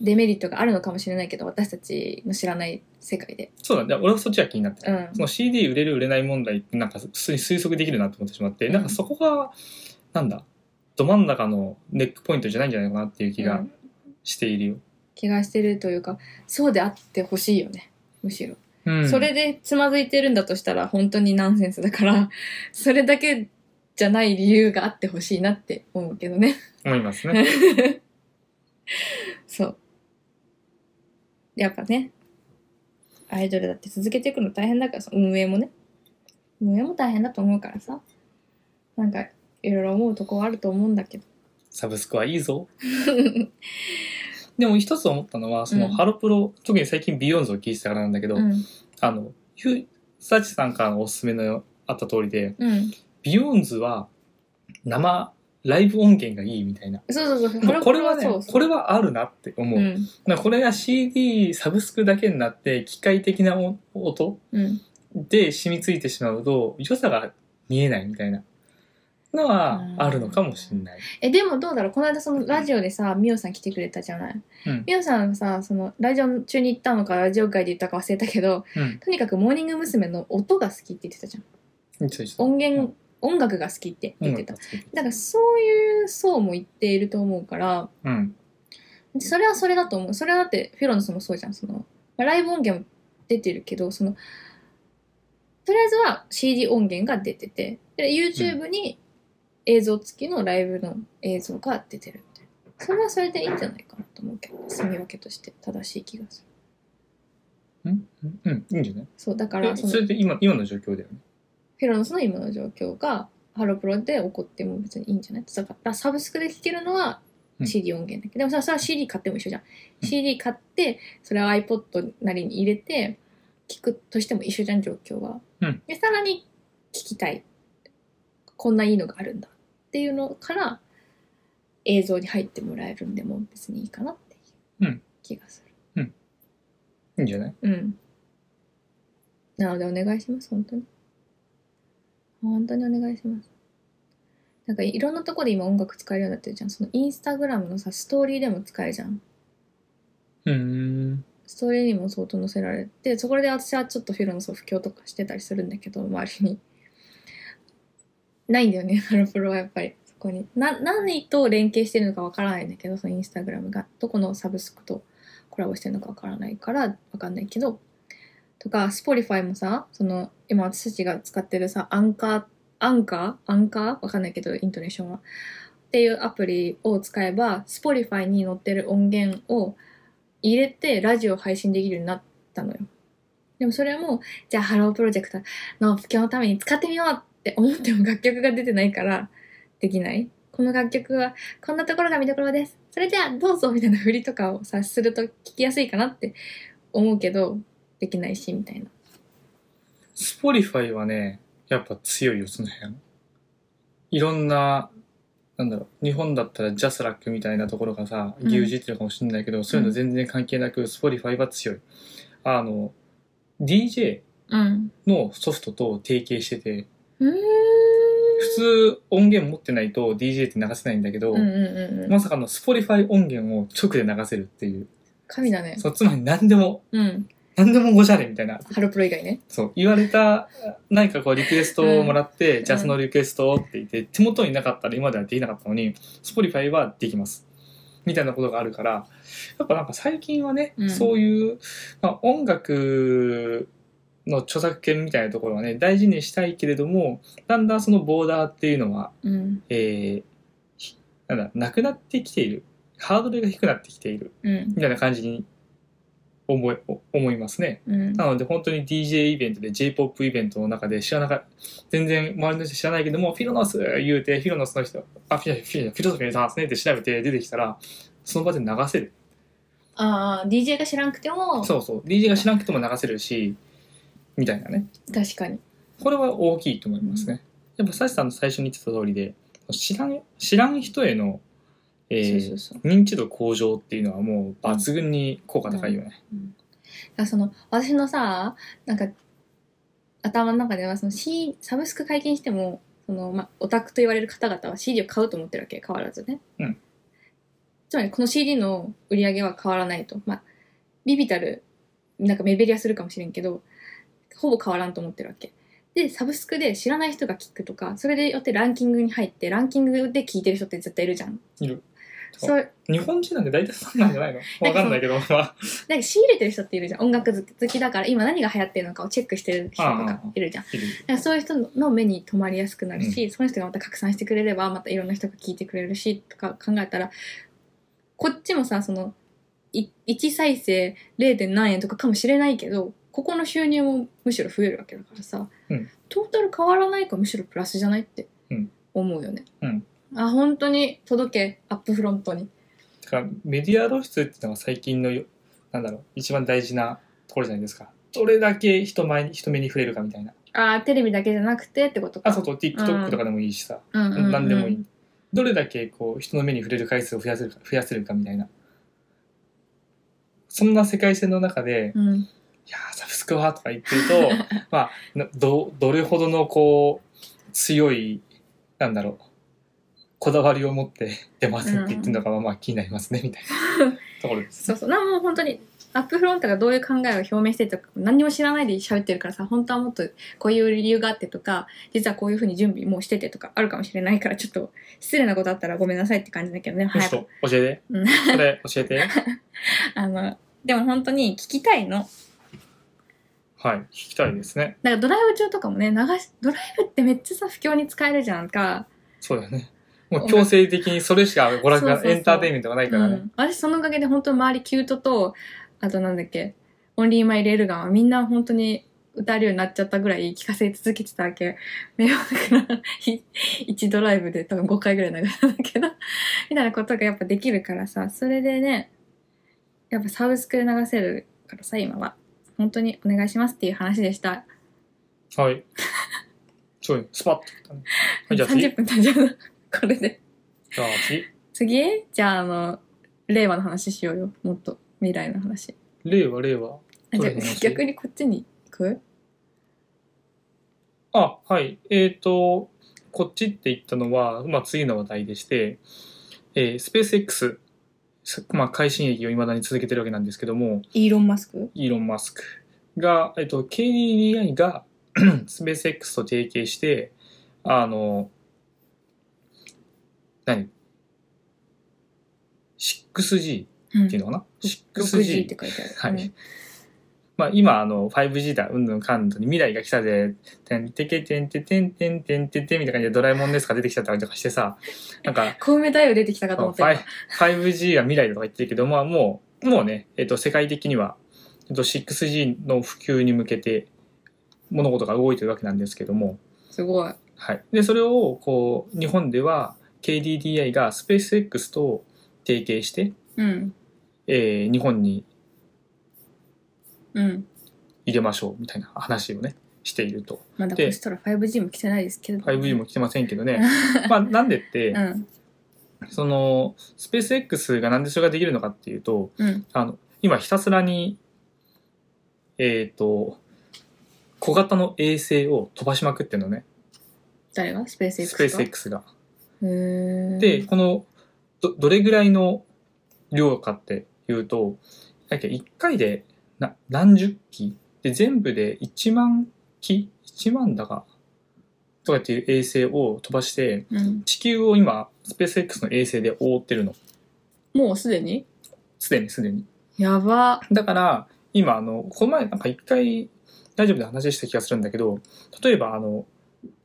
う、デメリットがあるのかもしれないけど、私たちの知らない世界で。そうだね俺はそっちが気になってうる、んそ。の CD 売れる売れない問題ってなんか普通に推測できるなと思ってしまって、うんなんかそこがなんだど真ん中のネックポイントじゃないんじゃないかなっていう気うがんしているよ。気がしてるというか、そうであってほしいよね。むしろ。うんそれでつまずいてるんだとしたら本当にナンセンスだから、 それだけじゃない理由があってほしいなって思うけどね。 思いますね。そう。やっぱね、アイドルだって続けていくの大変だからさ、運営もね。運営も大変だと思うからさ。なんか、いろいろ思うとこはあると思うん だけど。サブスクはいいぞ。でも一つ思ったのはそのハロプロ、特に最近ビヨンズを聞いてたからなんだけど、うん。あの、ゆサチさんからのおすすめのあった通りで、うん。ビヨーンズは生、ライブ音源がいいみたいな。そうそうそう。これはねそうそうこれはあるなって思う。うん。なんかこれが CD、サブスクだけになって、機械的なお音うん。で染みついてしまうと、良さが見えないみたいなのはうんあるのかもしれない。えでもどうだろうこの間そのラジオでさみおさん来てくれたじゃない、うんみおさんはさそのラジオ中に行ったのかラジオ会で言ったか忘れたけどうん。とにかくモーニング娘。の音が好きって言ってたじゃんちょいちょい音源、音楽が好きって言ってた、音楽をつけてだからそういう層も言っていると思うからうん。それはそれだと思うそれはだってフィロのスもそうじゃんそのまあライブ音源も出てるけどそのとりあえずは CD 音源が出ててで YouTube に映像付きのライブの映像が出てるみたいなそれはそれでいいんじゃないかなと思うけど住み分けとして正しい気がするうんうんうん。いいんじゃないそうだかえらそのそフれで今、今の状況だよね。ィロのスの今の状況がハロプロで起こっても別にいいんじゃないだからサブスクで聴けるのはうん CD 音源だけど、でもさそれは CD 買っても一緒じゃん、うん CD 買ってそれを iPod なりに入れて聞くとしても一緒じゃん状況は、うんでさらに聞きたいこんないいのがあるんだっていうのから映像に入ってもらえるんでも別にいいかなっていううん気がすいいんじゃないるうん、なのでお願いします本当に本当にお願いしますなんかいろんなとこで今音楽使えるようになってるじゃんそのインスタグラムのさストーリーでも使えるじゃんうーん。ストーリーにも相当載せられてそこで私はちょっとフィロのそう布教とかしてたりするんだけど周りにないんだよね ハロプロはやっぱりそこにな何と連携してるのかわからないんだけどそのインスタグラムがどこのサブスクとコラボしてるのかわからないからわかんないけどとか Spotify もさその今私たちが使ってるさアンカーアンカーアンカーわかんないけどイントネーションはっていうアプリを使えば Spotify に載ってる音源を入れてラジオを配信できるようになったのよでもそれもじゃあハロープロジェクトの布教のために使ってみようって思っても楽曲が出てないからできないこの楽曲はこんなところが見どころですそれじゃあどうぞみたいな振りとかをさすると聞きやすいかなって思うけどできないしみたいなスポリファイはね、やっぱ強いよ、その辺。いろんな、なんだろう、日本だったらジャスラックみたいなところがさ、うん牛耳ってるかもしれないけど、そういうの全然関係なく、スポリファイは強い。あの、DJ うんのソフトと提携してて、うーん普通音源持ってないと DJ って流せないんだけど、うんうんうんうんまさかのスポリファイ音源を直で流せるっていう。神だねそう、つまり何でもうん何でもごじゃれみたいな、ハロプロ以外ね。そう、言われた、何かこうリクエストをもらって、んじゃあそのリクエストをって言って、手元になかったら今まではできなかったのに、スポリファイはできます。みたいなことがあるから、やっぱなんか最近はね、うんそういう、まあ、音楽の著作権みたいなところはね、大事にしたいけれども、だんだんそのボーダーっていうのはうん。えーひなんだ、なくなってきている。ハードルが低くなってきている。うん。みたいな感じに思い、お思いますね。うん。なので本当に DJ イベントで J-POP イベントの中で知らなか全然周りの人知らないけども、フィロノス言うて、フィロノスの人、あ、フィロフィロフィロソフィーのダンスねって調べて出てきたら、その場で流せる。ああ、DJ が知らんくても、そうそう。DJ が知らなくても流せるし、みたいなね。確かに。これは大きいと思いますね。やっぱサシさんの最初に言ってた通りで、知らん、知らん人への、えーそうそうそう。認知度向上っていうのはもう抜群に効果高いよね。だからその私のさなんか頭の中ではその、C、サブスク解禁してもその、まあ、オタクと言われる方々は CD を買うと思ってるわけ変わらずね、うんつまりこの CD の売り上げは変わらないとまあビビたるなんか目減りはするかもしれんけどほぼ変わらんと思ってるわけでサブスクで知らない人が聞くとかそれでよってランキングに入ってランキングで聞いてる人って絶対いるじゃんいるそう日本人なんて大体そうなんじゃないのわかんない けど、まあ、なんか仕入れてる人っているじゃん音楽好きだから今何が流行ってるのかをチェックしてる人とかいるじゃんいるなんかそういう人の目に留まりやすくなるし、その人がまた拡散してくれればまたいろんな人が聞いてくれるしとか考えたらこっちもさそのい1再生 0. 何円とかかもしれないけどここの収入もむしろ増えるわけだからさ、うんトータル変わらないかむしろプラスじゃないってうん思うよね。うんあ本当に届けアップフロントに。だからメディア露出っていうのが最近のよ、なんだろう、一番大事なところじゃないですか。どれだけ人前に、人目に触れるかみたいな。あーテレビだけじゃなくてってことか。あ、そうそう、TikTok とかでもいいしさ、うんうんうん何でもいい。どれだけこう、人の目に触れる回数を増やせるか、増やせるかみたいな。そんな世界線の中で、うんいやーサブスクはとか言ってると、 まあ、など、どれほどのこう、強い、なんだろう、こだわりを持って出ませんって言ってるのが、まあ気になりますね、みたい なところです。そうそう。なもう本当に、アップフロントがどういう考えを表明してるとか、何にも知らないで喋ってるからさ、本当はもっとこういう理由があってとか、実はこういうふうに準備もうしててとかあるかもしれないから、ちょっと失礼なことあったらごめんなさいって感じだけどね、ちょ早っく。と教えて。うんこれ教え て。あの、でも本当に聞きたいの。はい、聞きたいですね。だからドライブ中とかもね、流し、ドライブってめっちゃさ、不況に使えるじゃんか。そうだよね。もう強制的にそれしか娯楽そうそうが、そうエンターテインメントがないからうね。ん、私そのおかげで本当周りキュートとあとなんだっけオンリーマイレールガンはみんな本当に歌えるようになっちゃったぐらい聴かせ続けてたわけ迷惑な1ドライブで多分5回ぐらい流したんだけど みたいなことがやっぱできるからさそれでねやっぱサブスクで流せるからさ今は本当にお願いしますっていう話でしたはい。すごい、スパッと来たね。はい、じゃあ次。じ30分経っちゃうな これでゃあ次。次じゃああの令和の話しようよもっと未来の話令和、令和。あじゃあどれの話逆にこっちに行くあ、はい。えっ、と、こっちって言ったのは、まあ、次の話題でして、えースペース X、すまあ、快進撃を未だに続けてるわけなんですけども、イーロン・マスクイーロン・マスクが、えっ、と、KDDI が スペース X と提携して、あの、何 ?6G うんっていうのかな、 6G って書いてあはる。い。まあ今、あの、5G だ、うんぬんかんぬんに未来が来たぜ、てんてけてんててんてんてんてんてんみたいな感じでドラえもんですか出てきちゃったりとかしてさ、なんか、小梅太陽出てきたかと思ってた。 5G が未来だとか言ってるけど、まあもう、もうね、えっと、世界的には、えっと、6G の普及に向けて物事が動いてるわけなんですけども、すごい。はい。で、それを、こう、日本では KDDI がスペース X と提携して、うん。えー日本にうん。入れましょうみたいな話をね、していると。まだこでしたら 5G も来てないですけど。 5G も来てませんけ どね。まあなんでってう、ん。その、スペース X がなんでそれができるのかっていうと、うん。あの、今ひたすらに、えっ、と、小型の衛星を飛ばしまくってるのね。誰がスペース X スペース X。 X が。へーで、、この、ど、どれぐらいの量かっていうと、だっけ1回でな何十機で全部で1万機1万だかとかっていう衛星を飛ばしてうん、地球を今スペース X の衛星で覆ってるのもうすでにすでにすでにやば。だから今あのこの前なんか一回大丈夫で話した気がするんだけど例えばあの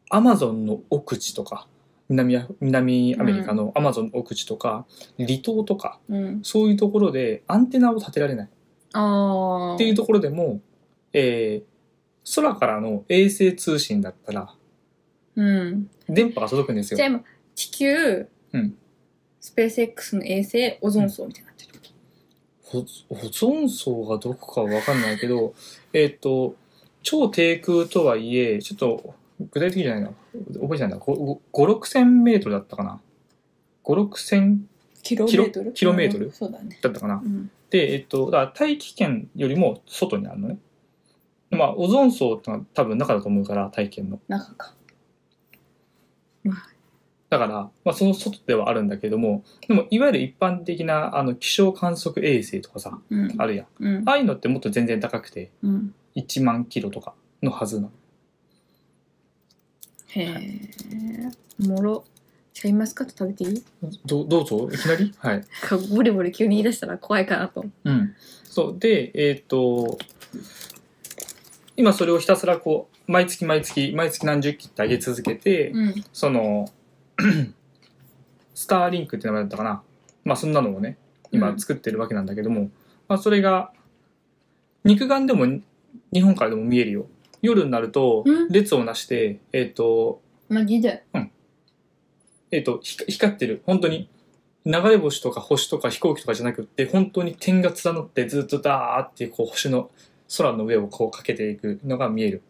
アマゾンの奥地とか南ア南アメリカのアマゾンの奥地とか、離島とかうん。そういうところでアンテナを立てられないああ。っていうところでも、えー空からの衛星通信だったらうん。電波が届くんですじゃあよ。今、地球、うんスペース X の衛星、オゾン層みたいになってる。ほ保存層がどこかは分かんないけど、えーっと、超低空とはいえ、ちょっと具体的じゃないな、覚えてないな、5、6000メートルだったかな。5、6000キロメートルキロメートルうんそうだね。だったかなう。ん。で、えーっと、だから大気圏よりも外にあるのね。まあ、オゾン層ってのは多分中だと思うから、大気圏の。中か。だから、まあ、その外ではあるんだけども、でも、いわゆる一般的な、あの、気象観測衛星とかさ、うん。あるやん。うんあ。あいうのってもっと全然高くて、うん。 1万キロとかのはずなの。へえ。おもろ。シャインマスカット食べていいどどうぞ、いきなりはい。なんかボリボリ急に言い出したら怖いかなと。うん。そう。で、えーっと、今それをひたすらこう、毎月毎月、毎月何十機って上げ続けて、うん。その、 スターリンクって名前だったかな。まあ、そんなのをね、う今ん作ってるわけなんだけども、まあ、それが肉眼でも日本からでも見えるよ夜になるとうん列をなして、えっ、と,、マジで。えっとひか光ってる本当に流れ星とか星とか飛行機とかじゃなくって本当に点が連なってずっとダーってこう星の空の上をこうかけていくのが見える、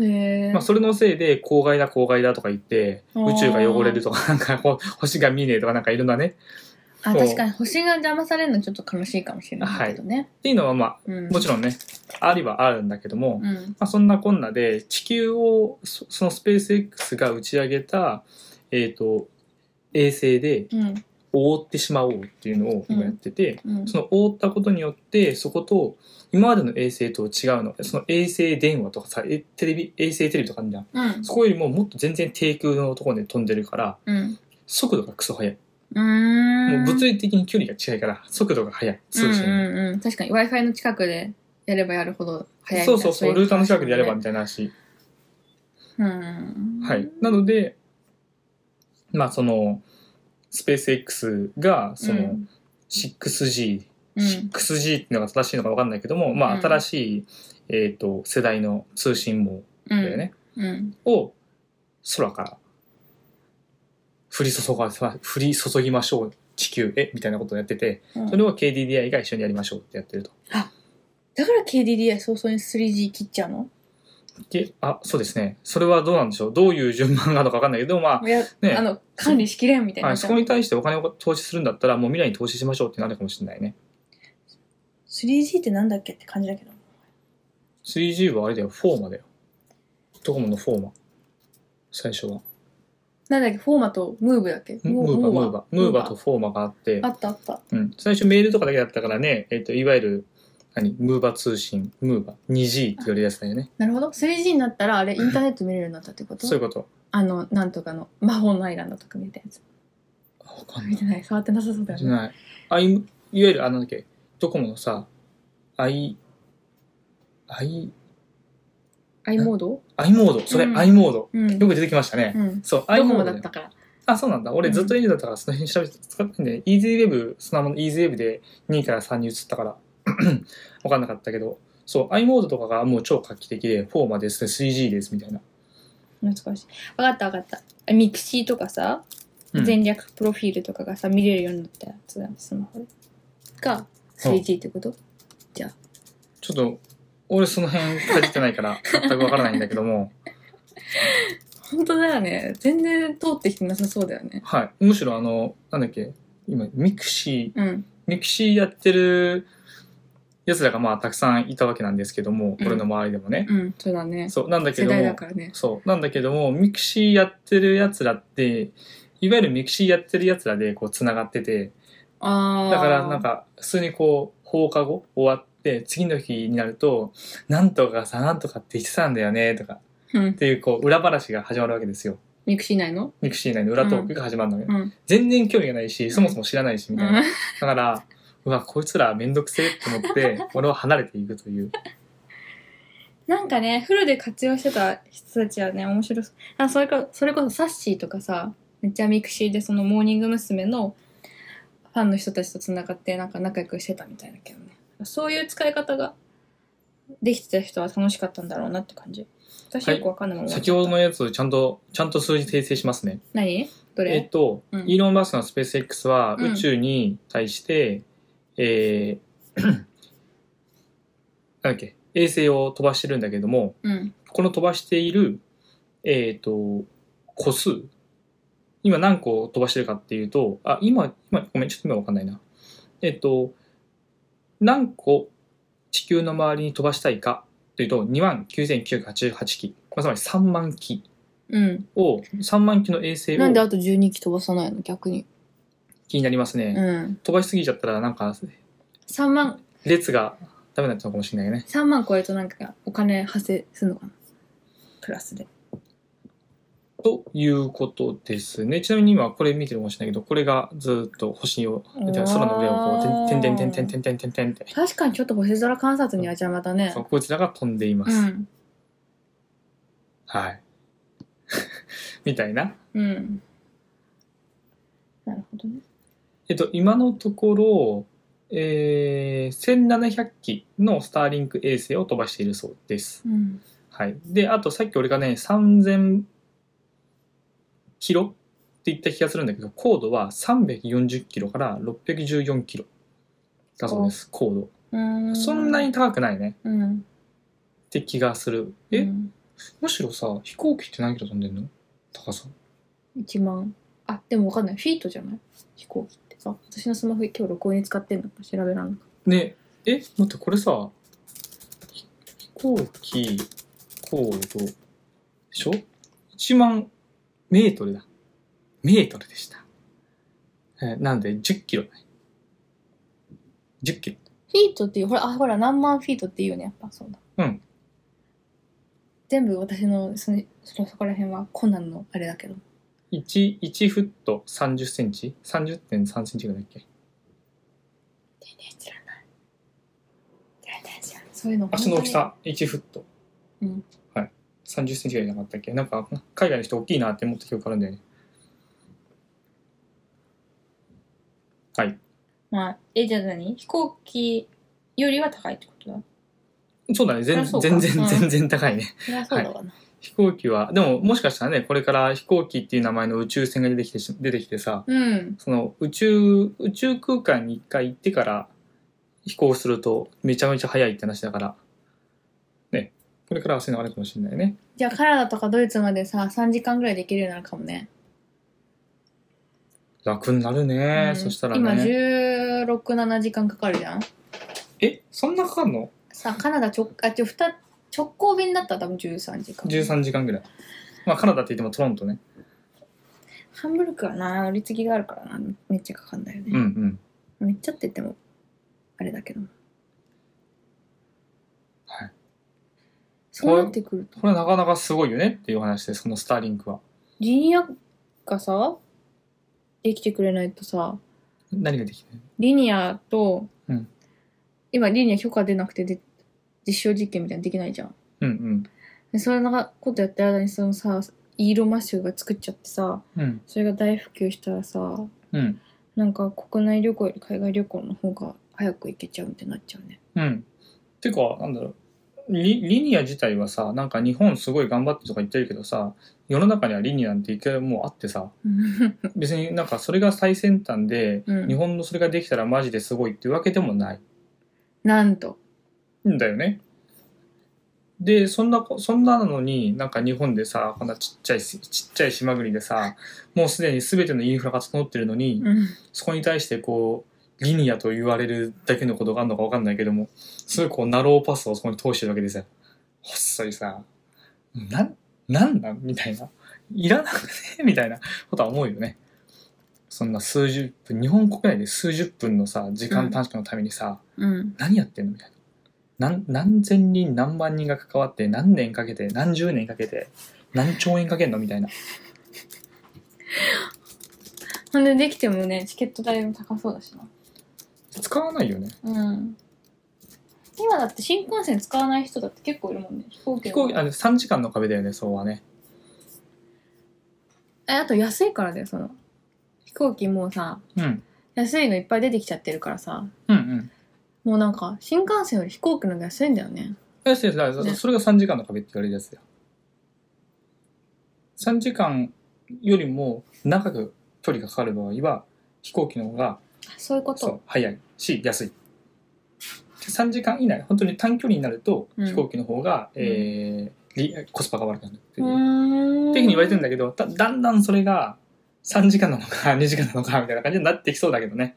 へえ。まあ、それのせいで公害だ公害だとか言ってあー宇宙が汚れるとかなんか こう星が見ねえとかなんかいろんなねあ、確かに星が邪魔されるのちょっと悲しいかもしれないけどね。っていうのはまうん。あもちろんねありはあるんだけども、ろん。うん。まあ、そんなこんなで地球をそそのスペース X が打ち上げた、えー、と衛星でうん。覆ってしまおうっていうのを今やってて、うん。その覆ったことによってそこと今までの衛星と違うのその衛星電話とかさえテレビ衛星テレビとかあるじゃんうん。そこよりももっと全然低空のところで飛んでるからうん。速度がクソ速い、うん。もう物理的に距離が近いから速度が速い通信、うんうんうん、確かに Wi-Fi の近くでやればやるほど早いみたそいうなそうそうルーターの近くでやればうみたいな話、んはい、なのでまあそのスペース X がその、6G、うん 6G っていうのが正しいのか分かんないけども、まうあん新しい、えー、と世代の通信網うんだよね、うんを空から降り注が降り注ぎましょう地球へみたいなことをやっててうんそれを KDDI が一緒にやりましょうってやってると。だから KDDI 早々に 3G 切っちゃうのであそうですねそれはどうなんでしょうどういう順番なのか分かんないけどまあいや、ねあの管理しきれんみたいな、はい、そこに対してお金を投資するんだったらもう未来に投資しましょうってなるかもしれないね 3G ってなんだっけって感じだけど 3G はあれだよフォーマだよドコモのフォーマ最初はなんだっけフォーマとムーブだっけムムーバームーバームーバーとムフォーマがあってあったあったうん、最初メールとかだけだったからね、えっといわゆる何ムーバー通信ムーバー 2G って言われるやつだよねなるほど 3G になったらあれインターネット見れるようになったってことそういうことあのなんとかの魔法のアイランドとか見たやつわかん見ないてない触ってなさそうだじよゃねないあいいわゆるあなんだっけドコモのさ i i i モード i モードそれ、うん i モードうんよく出てきましたね、うんそう i ドモコーモドだよったからあ、そうなんだ。俺ずっと e だったから、その辺調べて使ってんで、EasyWeb、スマホの EasyWeb で2から3に移ったから、 わかんなかったけど、そう、i モードとかがもう超画期的で、4までですね、3G ですみたいな。懐かしい分かった分かったあミクシーとかさ、うん全略プロフィールとかがさ見れるようになったやつだよスマホでが 3G ってことちょっと、俺その辺かじってない から、全くわからないんだけども、本当だよね全然通ってきてなさそうだよねはい。むしろあの、なんだっけ、今、ミクシー、うんミクシーやってるやつらがまあたくさんいたわけなんですけども、うん俺の周りでもね。うんそうだねそう、なんだけ世ど代もだ、からねそう。なんだけども、ミクシーやってるやつらって、いわゆるミクシーやってるやつらでこう繋がってて、ああだからなんか、普通にこう、放課後終わっって、次の日になると、なんとかさ、なんとかって言ってたんだよね、とか、うんっ。ていう、こう、裏話が始まるわけですよ。ミクシー内のミクシー内の裏トークが始まるのね。うん。全然興味がないし、そもそも知らないし、みたいな。うだから、うわ、こいつらめんどくせえと思 って、俺は離れていくという。なんかね、フルで活用してた人たちはね、面白そう。あ、それか、それこそサッシーとかさ、めっちゃミクシーでそのモーニング娘。のファンの人たちと繋がって、なんか仲良くしてたみたいだけどね。そういう使い方ができてた人は楽しかったんだろうなって感じ。私はいよくわかんないもん、先ほどのやつ、ちゃんと、ちゃんと数字訂正しますね。何どえっれと、うんイーロン・マスクのスペース X はうん宇宙に対して、えー なんだっけ、衛星を飛ばしてるんだけども、うん。この飛ばしている、えっ、と、個数。今何個飛ばしてるかっていうと、あ、今、今、ごめん、ちょっと今わかんないな。えっ、と、何個地球の周りに飛ばしたいかというと、29,988機。まあつまり3万機うん。を、3万機の衛星をなんであと12機飛ばさないの逆に。気になりますね。うん。飛ばしすぎちゃったらなんか3万、列がダメになっちゃうかもしれないね3万超えるとなんかお金発生するのかなプラスで。ということですねちなみに今これ見てるかもしれないけどこれがずっと星をおー空の上をこうてんてんてんてんてんてんてんてんてんって確かにちょっと星空観察には邪魔だねそう。こちらが飛んでいます、うん。はい みたいなうん。なるほどね。えっと今のところえー、1700機のスターリンク衛星を飛ばしているそうです。うん。はい。で、あとさっき俺がね、3000キロって言った気がするんだけど、高度は340キロから614キロだそうです、高度。うんそんなに。高くないねうん。って気がする。え、うんむしろさ、飛行機って何キロ飛んでんの高さ。一万。あ、でもわかんない。フィートじゃない飛行機ってさ。私のスマホ今日録音に使ってんのか調べらんのか。ね、え、待って、これさ、ひ飛行機、高度、でしょ ?1 万メートルだ。メートルでした。えーなんで、10キロだね。10キロ。フィートっていう、ほら、あ、ほら、何万フィートっていうよね、やっぱそうだ。うん。全部私の、そのそそこら辺はコナンのあれだけど。 1、1フット30センチ ?30.3 センチぐらいだっけ全然知らない。全然知らない。そういうの足の大き。さ、1フット。うん。はい。30センチぐらいじゃなかったっけなんか、海外の人大きいなって思った記憶あるんだよね。はい。まあ、え、じゃあ何飛行機よりは高いってことだ。そうだね。全そ全りゃそう然、か全う然ん全高いね。そりゃそうだわな。飛行機は、でももしかしたらね、これから飛行機っていう名前の宇宙船が出てきてし、出てきてさ、うん。その宇宙、宇宙空間に一回行ってから飛行するとめちゃめちゃ早いって話だから、ね、これからはそういうのがあるかもしれないね。じゃあカナダとかドイツまでさ3時間ぐらいで行けるようになるかもね、楽になるね、うんそしたら今ね。 167時間かかるじゃんえ、そんなかかんのさカナダ直あちょふた直行便だったら多分13時間 ?13 時間ぐらい。まあカナダって言ってもトロントね。ハンブルクはな乗り継ぎがあるからなめっちゃかかんだようんうね、ん。めっちゃって言ってもあれだけどはいそうなってくるとこれはなかなかすごいよねっていう話です、このスターリンクは。ジニアがさできてくれないとさ何ができるリニアと、うん今リニア許可出なくてで実証実験みたいなのできないじゃんうんでそれのことやってる間にそのさイーロン・マスクが作っちゃってさうん。うん。それが大普及したらさうん。なんか国内旅行より海外旅行の方が早く行けちゃうみたいになっちゃうねうん。てか、なんだろう。リリニア自体はさ、なんか日本すごい頑張ってとか言ってるけどさ、世の中にはリニアなんて一回もうあってさ、別になんかそれが最先端で、うん日本のそれができたらマジですごいっていうわけでもない なんとんだよね。で、そんなこ、そんなのになんか日本でさ、こんなちっちゃいし、ちっちゃい島国でさ、もうすでに全てのインフラが整ってるのに、うんそこに対してこう、リニアと言われるだけのことがあるのかわかんないけども、すごいこう、ナローパスをそこに通してるわけですよ。細いさ、なん、なんなんみたいな。いらなくねみたいなことは思うよね。そんな数十分、日本国内で数十分のさ、時間短縮のためにさ、うん何やってんのみたいな。何何千人何万人が関わって何年かけて何十年かけて何兆円かけんのみたいなほんでできてもねチケット代も高そうだしな使わないよねうん今だって新幹線使わない人だって結構いるもんね飛行機飛の行機あの3時間の壁だよねそうはねえあと安いからだよその飛行機もうさうんうん安いのいっぱい出てきちゃってるからさうんもうなんか新幹線より飛行機の方が安いんだよねですですだからねそれが3時間の壁って言われるやつだよ3時間よりも長く距離がかかる場合は飛行機の方がそういうこそうと早いし安い3時間以内本当に短距離になるとうん飛行機の方が、えーりコスパが悪くなるっていううーんっていうふうに言われてるんだだけど、だだんだんそれが3時間なのか 2時間なのかみたいな感じになってきそうだけどね。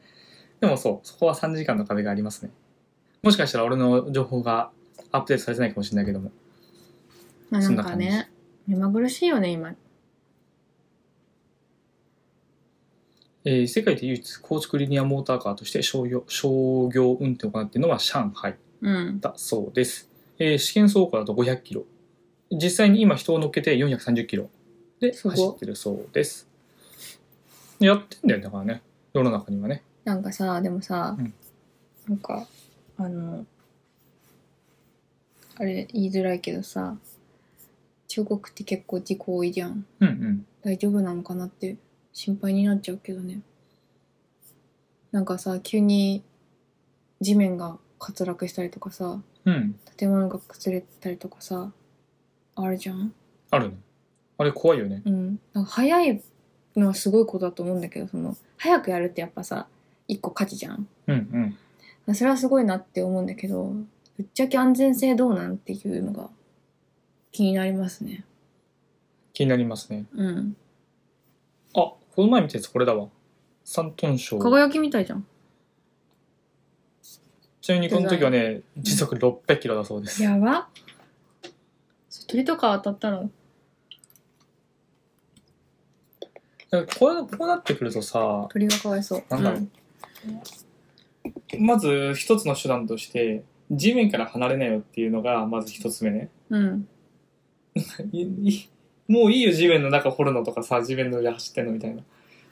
でもそう、そこは3時間の壁がありますね。もしかしたら俺の情報がアップデートされてないかもしれないけども。まあなそんんなか感じね目まぐるしいよね今えー世界で唯一高速リニアモーターカーとして商業商業運転を行っているのは上海うんだそうです。えー試験走行だと500キロ。実際に今人を乗っけて430キロですごい走ってるそうです。やってんだよねだからね、世の中にはね。なんかさでもさ、うんなんかあのあれ言いづらいけどさ中国って結構事故多いじゃんうんうん。大丈夫なのかなって心配になっちゃうけどねなんかさ急に地面が滑落したりとかさうん。建物が崩れたりとかさあるじゃんあるね。あれ怖いよね。うんなんか早いのはすごいことだと思うんだけどその早くやるってやっぱさ一個価値じゃんうんうん。それはすごいなって思うんだけどぶっちゃけ安全性どうなんっていうのが気になりますね気になりますね。うんあ、この前見たやつこれだわ。山東省。輝きみたいじゃんちなみにこの時はね、時速600キロだそうです。やばそう鳥とか当たったらだからこうこうなってくるとさ、鳥がかわいそうなんだろう。まず一つの手段として、地面から離れなよっていうのが、まず一つ目ね。うん、うんいいもういいよ、地面の中掘るのとかさ、地面の上走ってんのみたいな。だ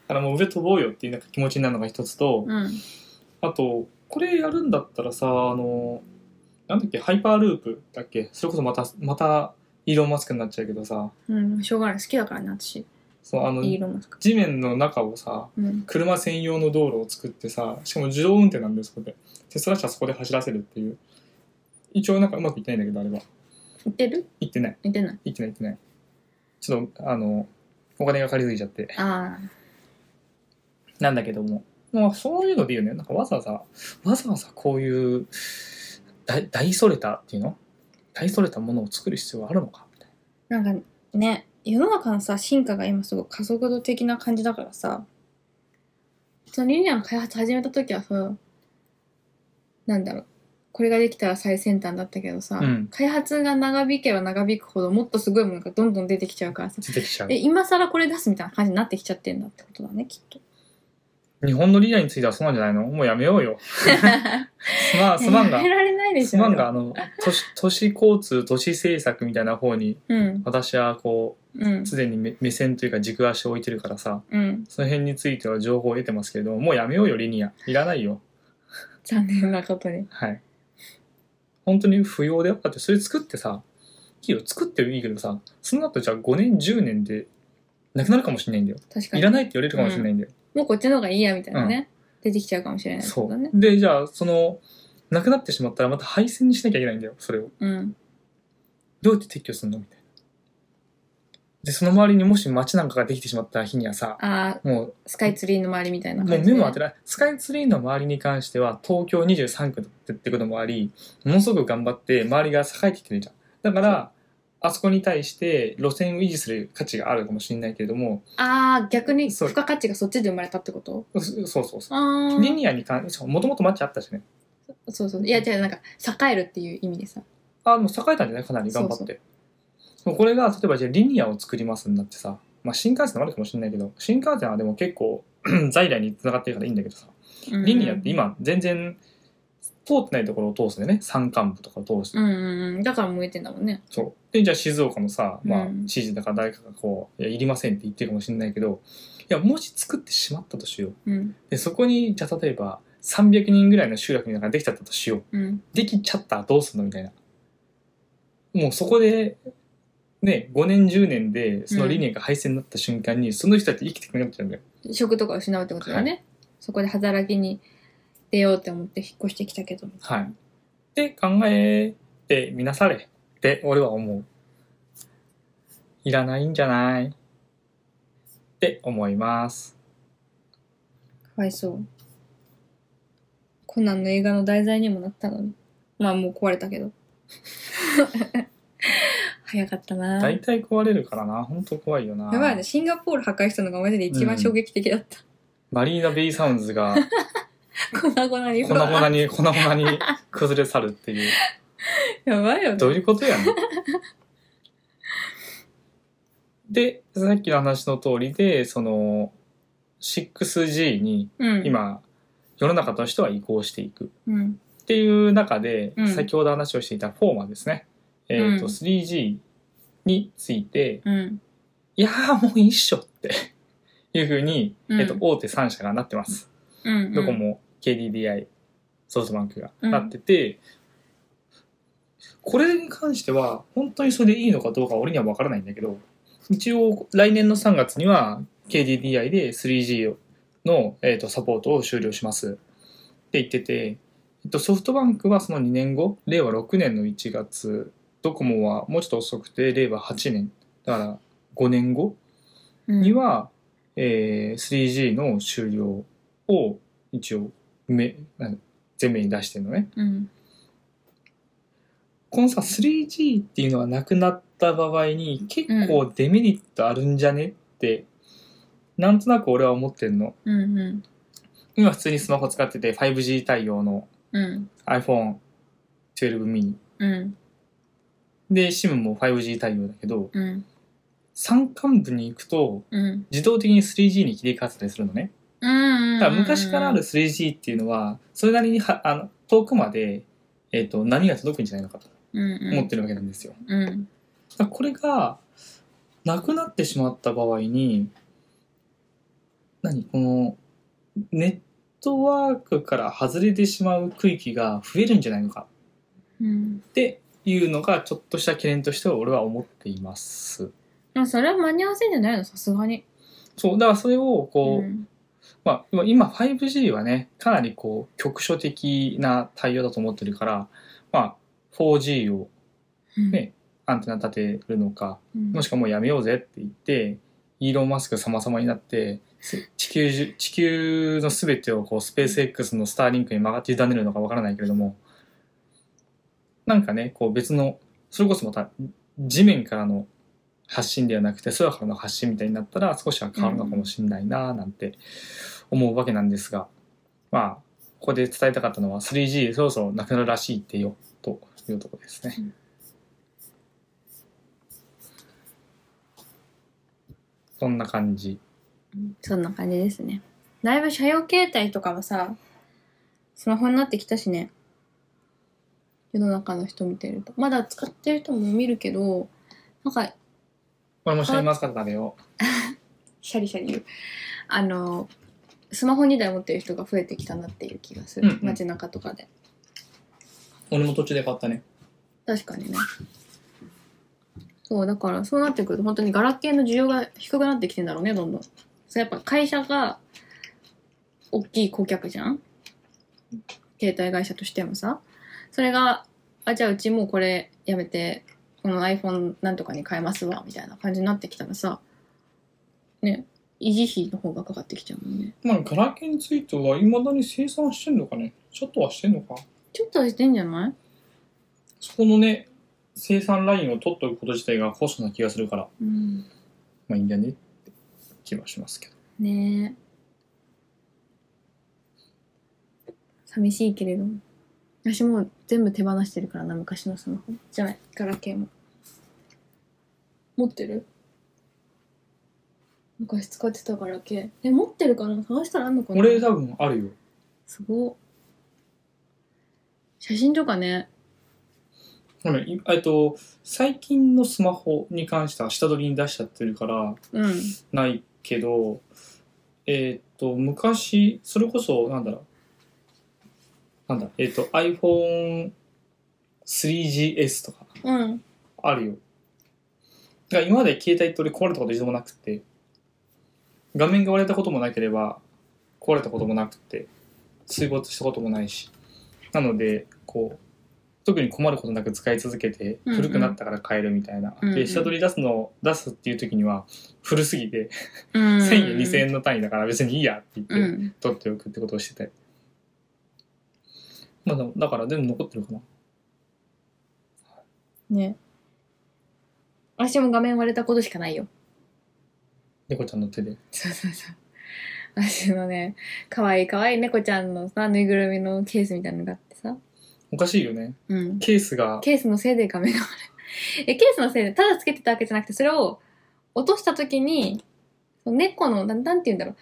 からもう上飛ぼうよっていうなんか気持ちになるのが一つと、うん、あと、これやるんだったらさ、あの、なんだっけ、ハイパーループだっけそれこそまた、また、イーロン・マスクになっちゃうけどさ、うん、しょうがない好きだからね私そのあの、イーロン・マスク地面の中をさ、うん車専用の道路を作ってさ、しかも自動運転なんです、そこで。テスラ車そこで走らせるっていう。一応なんかうまくいってないんだけど、あれは。似てるいってない。似てないいってない、いってない。ちょっと、あの、お金が借りすぎちゃって。あなんだけども、まあ、そういうのでいいよね。なんかわざわざ、わざわざこういう、大大それたっていうの大それたものを作る必要はあるのかみたいあんかね世の中のさ進化が今すごい加速度的な感じだからさそのリニアの開発始めた時はさなんだろうこれができたら最先端だったけどさ、うん開発が長引けば長引くほどもっとすごいものがどんどん出てきちゃうからさな。出てきちゃうえ。今更これ出すみたいな感じになってきちゃってんだってことだねきっ と日本のリーダーについてはそうなんじゃないのもうやめようよ。すまん、すまんが やめ、られないでしょすまんが、あの、都市、都市交通、都市政策みたいな方に、うん私はこうんう、すでに目目線というか軸足を置いてるからさ、うんその辺については情報を得てますけれども、もうやめようよ、リニア。いらないよ。残念なことにはい。本当に不要だよ。だってそれ作ってさ、いいよ、作ってもいいけどさ、その後じゃあ5年、10年でなくなるかもしれないんだよ。確かいにらないって言われるかもしれないんだよ。もうこっちの方がいいやみたいなね、出てきちゃうかもしれないそけどねう。で、じゃあ、その、なくなってしまったらまた配線にしなきゃいけないんだよ、それを。うんどうやって撤去するのみたいな。で、その周りにもし街なんかができてしまった日にはさ、ああも、スカイツリーの周りみたいうなもう感じで目も当てられない。スカイツリーの周りに関しては、東京23区だってってこともあり、ものすごく頑張って、周りが栄えてきてるじゃん。だから、あそこに対して路線を維持する価値があるかもしれないけれども、ああ逆にそう付加価値がそっちで生まれたってことそそうそうそあう。リあニアに関して、もともと街あったしね。そうそういやじゃあなんか栄えるっていう意味でさあ、でも栄えたんじゃないかなり頑張って。そうでもこれが、例えばじゃあリニアを作りますになってさ、まあ新幹線もあるかもしれないけど、新幹線はでも 結構、在来に繋がってるからいいんだけどさ、リニアって今全然通ってないところを通すんだよね。山間部とかを通して。うんうんうんだから向いてんだもんねそう。で、じゃあ静岡のさ、まあうん、知事だから誰かがこう、いや、いりませんって言ってるかもしれないけど、いや、もし作ってしまったとしよう。うんで、そこに、じゃあ例えば、300人ぐらいの集落みたいなのができちゃったとしよう。うんできちゃったらどうすんのみたいな。もうそこで、ね、5年、10年で、その理念が廃線になった瞬間に、その人たち生きてくれなくなっちゃうんだよ。職とか失うってことだよね、そこで働きに出ようって思って引っ越してきたけどはい。って考えてみなされって俺は思う。いらないんじゃないって思います。かわいそうコナンの映画の題材にもなったのにまあもう壊れたけ ど早かったな大体壊れるからな。ほんと怖いよな。やばいよねシンガポール破壊したのがマジで一番衝撃的だった、マリーナ・ベイ・サウンズ が粉々に粉々に、粉々に崩れ去るっていう。やばいよねどういうことやねん。で、さっきの話の通りで、その、6G にうん、今、世の中としては移行していく。うんっていう中で、うん先ほど話をしていたフォーマですね、えっ、と、うん 3G について、うんいやーもういいっしょっていうふうに、うんえっと、大手3社がなってます。うんどこも KDDI、ソフトバンクがうんなってて、これに関しては、本当にそれでいいのかどうかは俺には分からないんだけど、一応来年の3月には KDDI で 3G の、えー、とサポートを終了しますって言ってて、えっと、ソフトバンクはその2年後、令和6年の1月、ドコモはもうちょっと遅くて、令和8年、だから5年後うんには、えー 3G の終了を一応めなん前面に出してるのね。うんこのさ 3G っていうのがなくなった場合に結構デメリットあるんじゃねって、なんとなく俺は思ってんの。うんうん今普通にスマホ使ってて 5G 対応のうん iPhone12 mini うんで SIM も 5G 対応だけどうん山間部に行くとうん自動的に 3G に切り替わってたりするのね。うんだから昔からある 3G っていうのはそれなりにはあの遠くまで、えっと波が届くんじゃないのかと思ってるわけなんですよ。うんだからこれがなくなってしまった場合に何このネットワークから外れてしまう区域が増えるんじゃないのかうんっていうのがちょっとした懸念としては俺は思っています。まあそれは間に合わせんじゃないのさすがにそうだからそれをこう、んまあ、今 5G はねかなりこう局所的な対応だと思ってるから、まあ、4G をねアンテナ立てるのかうんもしくはもうやめようぜって言ってイーロン・マスク様々になってす地球じ地球の全てをこうスペース X のスターリンクに曲がって委ねるのかわからないけれどもなんかねこう別のそれこそまた地面からの発信ではなくて空からの発信みたいになったら少しは変わるのかもしれないなぁなんて思うわけなんですが、まあここで伝えたかったのは 3G そろそろなくなるらしいってよというところですね。そんな感じ。そんな感じですねだいぶ車用携帯とかもさスマホになってきたしね世の中の人見てるとまだ使ってる人も見るけどなんか俺もシャインマスカット食べよう。シャリシャリ言うあのスマホ2台持ってる人が増えてきたなっていう気がする、うんうん街中とかで俺も途中で買ったね。確かにねそうだからそうなってくると本当にガラケーの需要が低くなってきてんだろうねどんどんそうやっぱ会社が大きい顧客じゃん携帯会社としてもさそれがあじゃあうちもうこれやめてこの iPhone なんとかに変えますわみたいな感じになってきたらさね維持費の方がかかってきちゃうもんねまあ、ガラケーについては、いまだに生産してんのかね。ちょっとはしてんのか。ちょっとはしてんじゃないそこのね、生産ラインを取っておくこと自体がコストな気がするから、うんまあいいんじゃねって気はしますけど。ねえ寂しいけれども私もう全部手放してるからな昔のスマホじゃないガラケーも持ってる昔使ってたガラケーえ持ってるかな探したらあんのかな俺多分あるよ。すごっ写真とかね。ごめんいえっと、最近のスマホに関しては下取りに出しちゃってるから、うん。ないけど、えーっと、昔、それこそ、なんだろう。なんだ、えーっと、iPhone3GS とかうん。あるよ。だから今まで携帯って俺壊れたこと一度もなくて、画面が割れたこともなければ、壊れたこともなくて、水没したこともないし。なので、こう、特に困ることなく使い続けて、うんうん古くなったから変えるみたいな。うんうんで、下取り出すの、出すっていう時には、古すぎて、うん。 1000円2000円の単位だから別にいいやってう言ってん。取っておくってことをしてて、まあでもだから全部残ってるかなね。私も画面割れたことしかないよ。猫ちゃんの手でそうそうそう。私のね、かわいいかわいい猫ちゃんのさ、ぬいぐるみのケースみたいなのがあってさ。おかしいよねうん。ケースがケースのせいで画面が割れる。え、ケースのせいで、ただつけてたわけじゃなくて、それを落とした時に、猫の、なんなんて言うんだろう。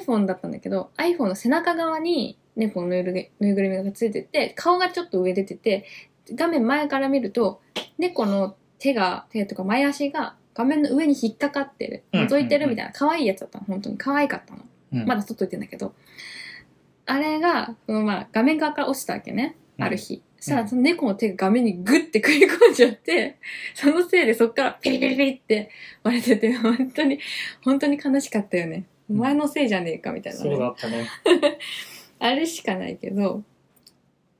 iPhone だったんだけど、iPhone の背中側に猫のぬいぐるぬいぐるみがついてて、顔がちょっと上出てて、画面前から見ると、猫の手が、手とか前足が画面の上に引っかかってる。うん覗いてるみたいな、可愛いやつだったの、本当に。可愛かったの。うんまだ取っといてんだけど、あれが、そのまあ、画面側から落ちたわけね、うんある日。そしたら、その猫の手が画面にグッて食い込んじゃって、そのせいでそっからピリピリピリって割れてて、本当に、本当に悲しかったよね。おうん前のせいじゃねえか、みたいなね、そうだったねあれしかないけど、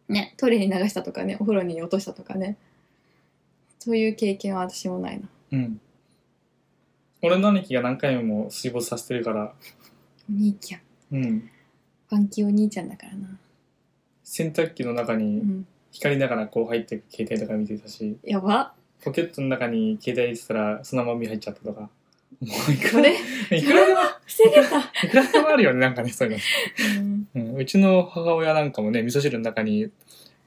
ね、トイレに流したとかね、お風呂に落としたとかね。そういう経験は私もないな。うん俺の兄貴が何回も水没させてるからお兄ちゃん。うんファンキーお兄ちゃんだからな。洗濯機の中うにん。光りながらこう入ってく携帯とか見てたしやば。ポケットの中に携帯入れてたらそのまま身入っちゃったとかもういくこら れ、いくらでも 防げた。いくらでもあるよねなんかねそういうのうんうん、うちの母親なんかもね味噌汁の中に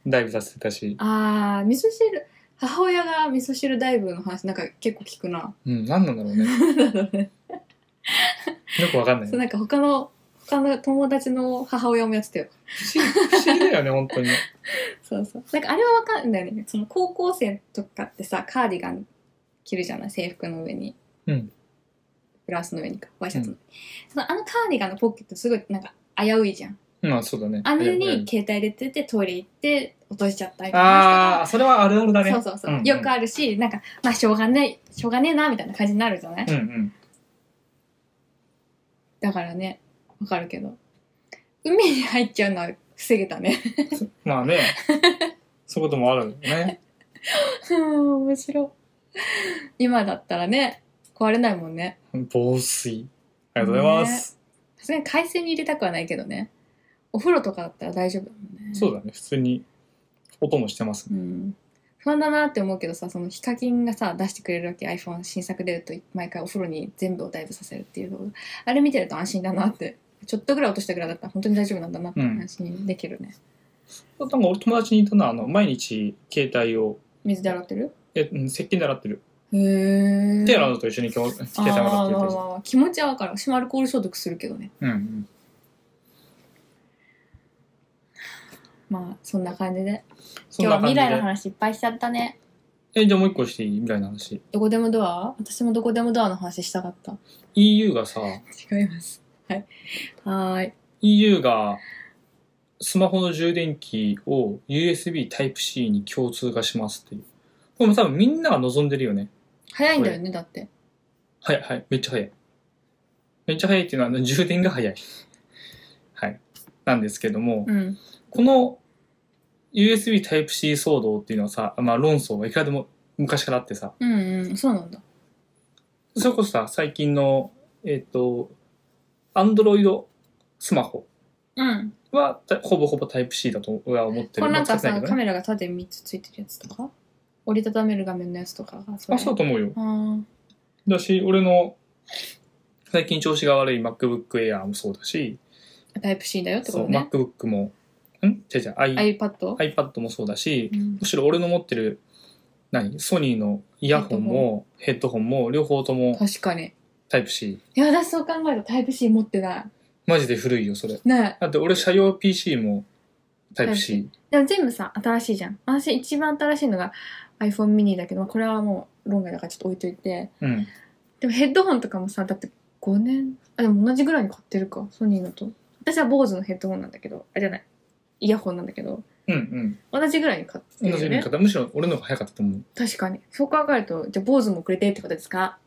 ダイブさせてたし、あー味噌汁母親が味噌汁ダイブの話なんか結構聞くなうん、何なんだろうねなんだろうねよくわかんないそ不うなんか他の他の友達の母親もやってたよ思議不思議だよね本当にそうそうなんかあれはわかんないよねその高校生とかってさカーディガン着るじゃない制服の上にうんブラウスの上にかワイシャツの、そのあのカーディガンのポケットすごいなんか危ういじゃんまあそうだねあれうんに携帯入れててトイレ行って落としちゃったみたいな話とかああそれはあるあるだねそうそうそう、んんよくあるしなんかまあしょうがないしょうがねえなみたいな感じになるじゃない、うんうんだからね、わかるけど。海に入っちゃうのは防げたね。まあ ねそういうこともあるよねうん、 面白い。今だったらね、壊れないもんね。防水ありがとうございます、さすがに海水に入れたくはないけどね。お風呂とかだったら大丈夫だもんね。そうだね普通に音もしてますねうん。不安だなって思うけどさ、そのヒカキンがさ、出してくれるわけ iPhone 新作出ると、毎回お風呂に全部をダイブさせるっていうのあれ見てると安心だなって。ちょっとぐらい落としたぐらいだったら本当に大丈夫なんだなってうん安心できるね。なんか俺友達にいたなあの毎日携帯を水で洗ってるえうん石鹸で洗ってるへー。手洗うのと一緒に今日携帯も洗ってるあーまあまあまあ気持ちはわかる私もアルコール消毒するけどねうんうんまあそんな感じでそん今な日は感未じ来ので話いっぱいしちゃったねえじゃあもう一個していい未来の話どこでもドア私もどこでもドアの話したかった EU がさ違いますはいはーい EU がスマホの充電器を USB Type-C に共通化しますっていうこれも多分みんなが望んでるよね早いんだよねだってはいはいめっちゃ早いめっちゃ早いっていうのはあの充電が早いはいなんですけども、うんこの USB Type-C 騒動っていうのはさ、まあ、論争がいくらでも昔からあってさうんうんそうなんだそれこそさ最近のえっ、とアンドロイドスマホうんはたほぼほぼタイプ C だと俺は思ってる。これなんかまさ、あ使ってカないメラが縦3つついてるやつとか折りたためる画面のやつとかがけどねあ、そうだと思うよ。あーだし、俺の最近調子が悪い MacBook Air もそうだし、タイプ C だよってそことうね MacBook も、ん違う違う、I- iPad? iPad もそうだしう、んむしろ俺の持ってる、何ソニーのイヤホンもヘッドホンも両方とも確かにタイプ C。いや私そう考えるとタイプ C 持ってなマジで古いよ、それ。いねだって俺、車用 PC もタイプ C。でも全部さ、新しいじゃん。私一番新しいのが iPhone mini だけど、まあこれはもう論外だからちょっと置いといて。うん。でもヘッドホンとかもさ、だって5年、あ、でも同じぐらいに買ってるか、ソニーのと。私は坊主のヘッドホンなんだけど、あ、じゃない。イヤホンなんだけど、うん同じぐらいに買ってうるん。よ同じ見ね。方。むしろ俺の方が早かったと思う。確かに。そう考えると、じゃあ坊主もくれてってことですか、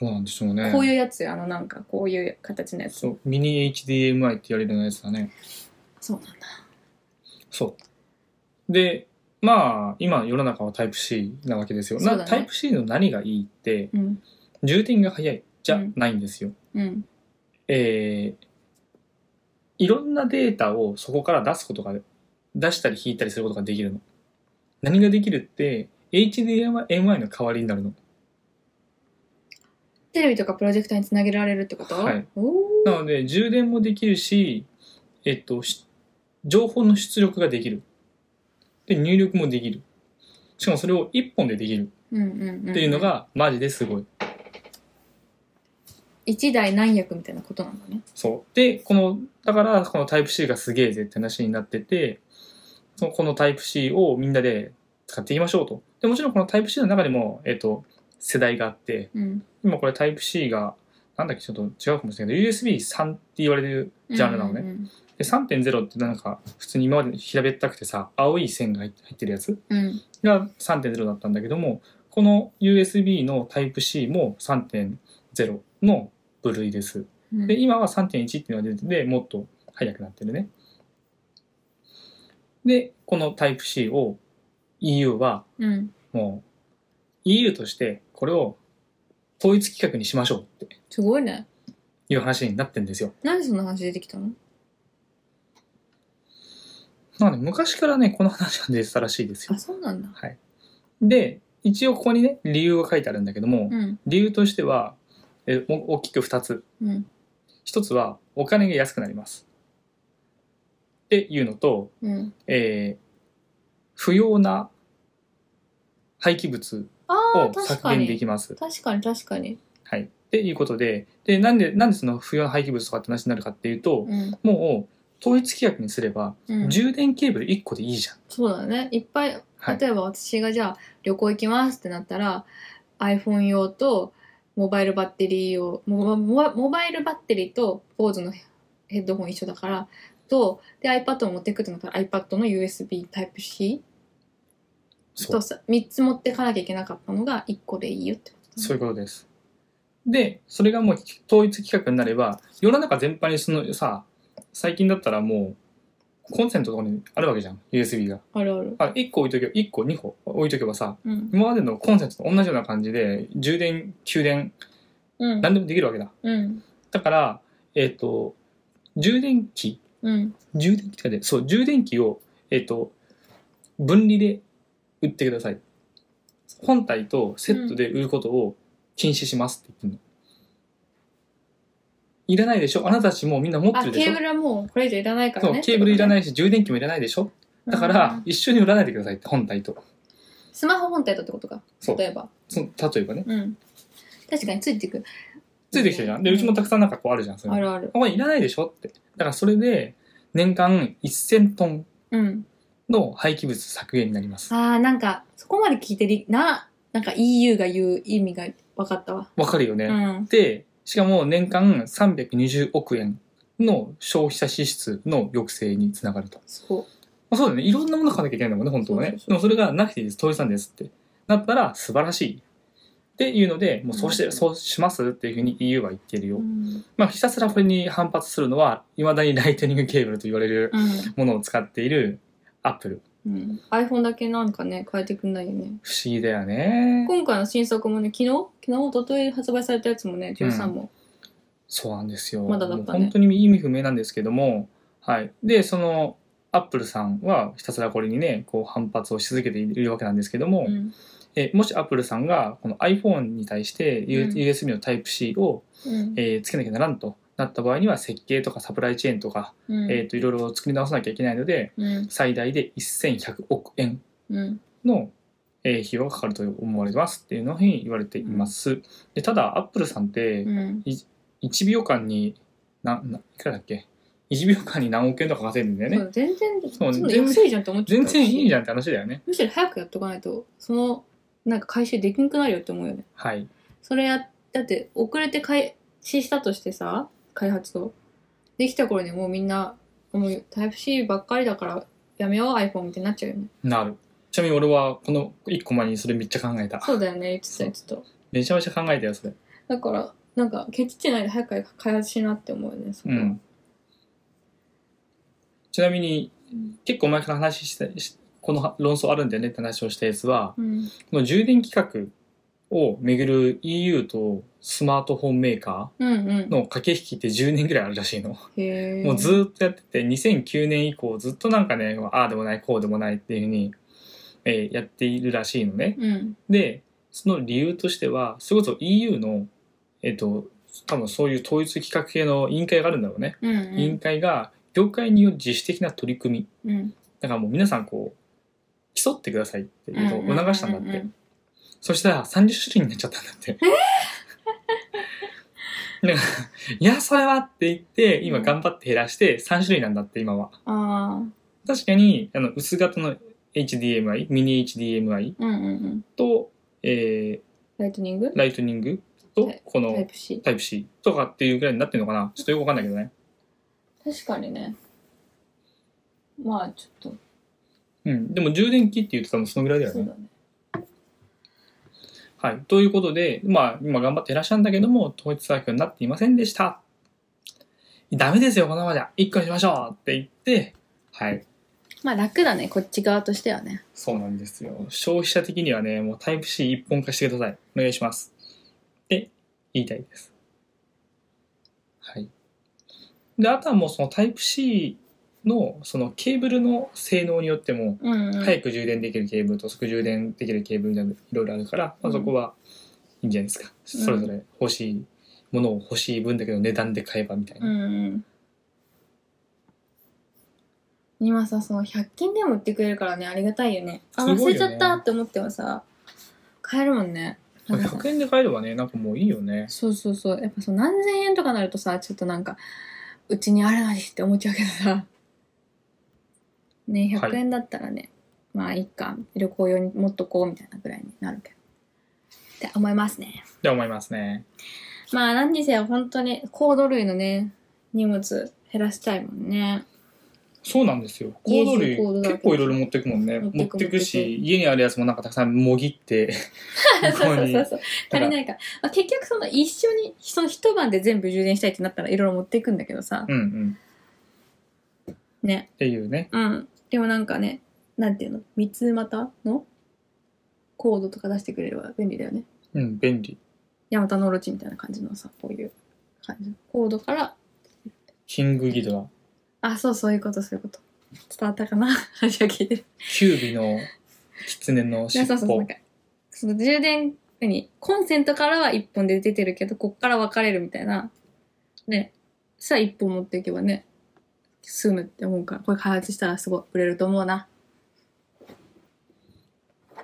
どうなんでしょうね。こういうやつよあのなんか、こういう形のやつ。そう、ミニ HDMI ってやれるようなやつだね。そうなんだ。そう。で、まあ、今世の中はタイプ C なわけですよ。そうだなねタイプ C の何がいいって、うん。充電が早いじゃないんですよ。うん。えーいろんなデータをそこから出すことが、出したり引いたりすることができるの。何ができるって、HDMI の代わりになるの。テレビとかプロジェクターにつなげられるってことはい。おーなので、充電もできるし、えっと、し情報の出力ができる。で、入力もできる。しかもそれを1本でできるうんうんうん。っていうのが、マジですごい。一台何役みたいなことなんだね。そう。で、この、だから、このタイプ C がすげえぜって話になってて、そのこのタイプ C をみんなで使っていきましょうと。で、もちろんこのタイプ C の中でも、えっと、世代があって、うん。今これタイプ C が、なんだっけ、ちょっと違うかもしれないけど、USB3 って言われるジャンルなのね。うんうんで、3.0ってなんか、普通に今まで平べったくてさ、青い線が入ってるやつうん。うんが3.0だったんだけども、この USB のタイプ C も3.0の部類です。うんで、今は3.1っていうのが出てて、もっと速くなってるね。で、この Type-C を EU はうん。もう EU としてこれを統一規格にしましょうってすごいね。いう話になってんですよ。なんでそんな話出てきたのなので昔からね、この話が出てたらしいですよあ、。そうなんだ。で、一応ここにね、理由が書いてあるんだけども、うん。理由としては、えも大きく2つ。うん。 1つはお金が安くなります。っていうのと、うん。えー不要な廃棄物ああ、を確削か減でに。きます。確かに、確かに。はい。っていうことで、で、なんで、なんでその不要な廃棄物とかって話になるかっていうと、うん。もう統一規約にすれば、うん、充電ケーブル1個でいいじゃん。そうだね。いっぱい、はい例えば私がじゃあ旅行行きますってなったら、iPhone 用とモバイルバッテリー用、モバモバモバイルバッテリーと BOSE のヘッドホン一緒だから、と、で iPad を持っていくってなったら iPad の USB Type-C そとう。さ3つ持ってかなきゃいけなかったのが1個でいいよってことそうういうことです。で、それがもう統一規格になれば、世の中全般にそのさ、最近だったらもう、コンセントとかにあるわけじゃん、USB が。あるある。あ、1個置いとけば、1個、2個置いとけばさ、うん。今までのコンセントと同じような感じで、充電、給電、うん。何でもできるわけだ。うん。だから、えっ、と、充電器、うん。充電器とかで、そう、充電器を、えっ、と、分離で売ってください。本体とセットで売ることを禁止しますって言ってるの。いらないでしょあなたたちもうみんな持ってあ、るでしケょーブルはもうこれ以上いらないからそうね。。ケーブルいらないいし、充電器もいらないでしょだかうらん、一緒に売らないでくださいって、本体と。スマホ本体だってことか。そう例えば。その例えばね。うん。確かについてく。ついてきてるじゃん。で、うちもたくさんなんかこうあるじゃん。それあるある。これいらないでしょって。だからそれで、年間1000トンうん。の廃棄物削減になります。ああ、なんか、そこまで聞いてり、な、なんか EU が言う意味が分かったわ。わかるようね。ん。で、しかも年間320億円の消費者支出の抑制につながると。そまあ、そうだね。いろんなもの買わなきゃいけないんだもんね、本当はね。そうそうそうでもそれがなくていいです、統一なんですって。なったら素晴らしい。っていうので、もうそうして、うんそうしますっていうふうに EU は言ってるう。よ。うん。まあ、ひたすらこれに反発するのは、未だにライトニングケーブルと言われるうん。ものを使っているアップル。うん、iPhone だけなんかね、変えてくんないよね。不思議だよね。今回の新作もね、昨日昨日、おととい発売されたやつもね、13も。そうなんですよ。まだだったねもう本当に意味不明なんですけども、はい。で、その、アップルさんはひたすらこれにね、こう反発をし続けているわけなんですけども、うん。えもしアップルさんがこの iPhone に対してう U- ん USB の Type-C を、うん。えーつけなきゃならんとなった場合には、設計とかサプライチェーンとか、うん。えっと、いろいろ作り直さなきゃいけないので、うん。最大で1100億円うん。の、えー費用がかかると思われますっていうのに言われています。でただ、アップルさんって、うん。 1秒間になないくらだっけ1秒間に何億円とか稼いでんだそよね。う全然そうそんな安いじゃんって思っちゃ全ったし然いいじゃんって話だよね。むしろ早くやっとかないとそのなんか回収できなくなるよって思うよねはい。それやだって遅れて開始したとしてさ開発をできた頃にもうみんなもうタイプ C ばっかりだからやめよう iPhone みたいになっちゃうよねなる。ちなみに俺はこの1個前にそれめっちゃ考えた。そうだよね言ってた言ってためちゃめちゃ考えたよ、それ。だからなんかケチってないで早く開発しなって思うよねそこうは、ん。ちなみに、結構前から話して、しこの論争あるんだよねって話をしたやつは、うんこの充電規格をめぐる EU とスマートフォンメーカうんうんーの駆け引きって10年ぐらいあるらしいの。へえもうずーっとやってて、2009年以降ずっとなんかね、ああでもない、こうでもないっていうふうに、えーやっているらしいのね。うんで、その理由としては、それこそ EU の、えっ、と、多分そういう統一規格系の委員会があるんだろうね。うん委員会が、業界による自主的な取り組み。うんうんだからもう皆さんこう、競ってくださいっていううんうんのを促したんだって。うんそしたら30種類になっちゃったんだって。 なんかいや、それはって言って、今頑張って減らして3種類なんだって、今は。ああ確かに、あの、薄型の HDMI、ミニ HDMI うんうんうんと、えライトニングー、ライトニングとタイ、こタイのプ C タイプ C とかっていうぐらいになってるのかなちょっとよくわかんないけどね。確かにねまあちょっうん。でも充電器って言ってたのそのぐらいだとよそうね。だねはい。ということで、まあ、今頑張っていらっしゃるんだけども、統一作業になっていませんでした。ダメですよ、このままじゃ。一個にしましょうって言って、はい。まあ楽だねこっち側としてはねそうなんですよ。消費者的にはね、もうタイプ C 一本化してください。お願いします。って言いたいです。はい。で、あとはもうそのタイプ C の、そのケーブルの性能によっても、うんうん、早く充電できるケーブルと即充電できるケーブルみたいなのいろいろあるから、まあ、そこはいいんじゃないですか、うんそれぞれ欲しいものを欲しい分だけの値段で買えばみたいな、うんうん今さその100均でも売ってくれるからねありがたいよねあす忘ごいれよねちゃったって思ってもさ買えるもんねこれ100円で買えればねなんかもういいよねそうそうそうやっぱそう何千円とかなるとさちょっとなんかうちにあるのにって思っちゃうけどさねはい100円だったらね、まあいいか旅行用に持っとこうみたいなぐらいになるけどって思いますねって思いますねまあ何にせよ本当にコード類のね荷物減らしたいもんねそうなんですよコ家ー中ド類コードだけ結構いろいろ持ってくもんね持持っっててくく持ってくし家にあるやつもなんかたくさんもぎって向 そこうそううにそうそうだ足かりらないから、まあ、結局その一緒にその一晩で全部充電したいってなったらいろいろ持っていくんだけどさうんうんねっていうねうんでもなんかねなんていうの三つ股のコードとか出してくれれば便利だよねうん便利ヤマタノオロチみたいな感じのさこういう感じのコードからキングギドラあそうそういうことそういうこと伝わったかな 話を聞いてるキュービの狐のい尻や尾そうそうそうなんかその充電何コンセントからは1本で出てるけどこっから分かれるみたいなねさあ1本持っていけばね済むって思うからこれ開発したらすごい売れると思うな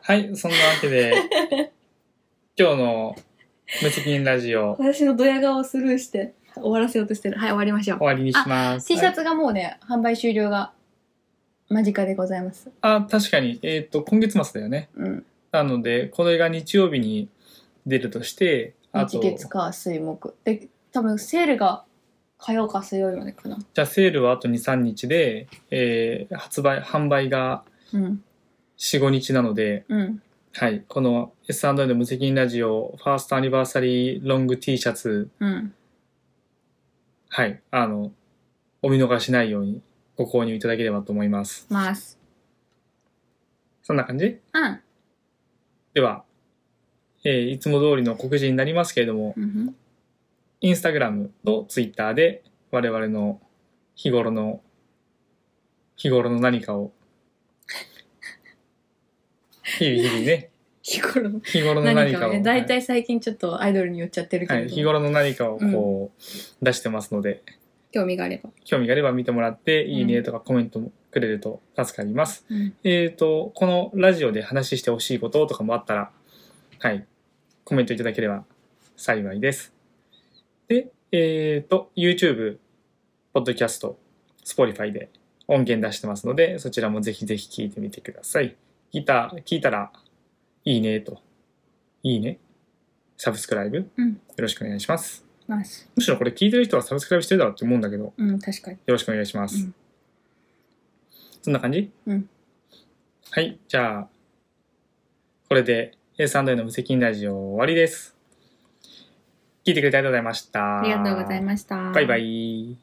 はい、そんなわけで、 今日の無責任ラジオ、私のドヤ顔をスルーして終わらせようとしてるはい終わりましょう終わりにします。 T シャはいツがもうね販売終了が間近でございますあ、確かに、えっ、と、今月末だよね。うんなので、これが日曜日に出るとして、あ日と、月火水木で多分セールが火曜か水曜日までかなじゃあセールはあと2、3日で、えー発売、販売がうん4、5日なので、うんはい、この S&A の無責任ラジオ、ファーストアニバーサリーロング T シャツ、うんはい、あの、お見逃しないようにご購入いただければと思います。ますそんな感じうんでは、えーいつも通りの告示になりますけれども、うんふんインスタグラムとツイッターで我々の日頃の、日頃の何かを、日々日々 ね、日頃の日頃の何何かかをを、ね大体最近ちょっとアイドルに寄っちゃってるけはれい、ど、日頃の何かをこう、出してますので、興味があれば、興味があれば見てもらって、いいねとかコメントもくれると助かります。うん、えー、と、このラジオで話してほしいこととかもあったら、はい、コメントいただければ幸いです。で、えー、と、YouTube、Podcast、 Spotify で音源出してますので、そちらもぜひぜひ聞いてみてください。聞いた、聞いたら、いいねと、いいね、サブスクライブ、うんよろしくお願いします。ます。むしろこれ聞いてる人はサブスクライブしてるだろうって思うんだけど、ようん、確かに。ろしくお願いします。うんそんな感じうん。はい、じゃあ、これで A&A の無責任ラジオ終わりです。聞いてくれてありがとうございました。ありがとうございました。バイバイ。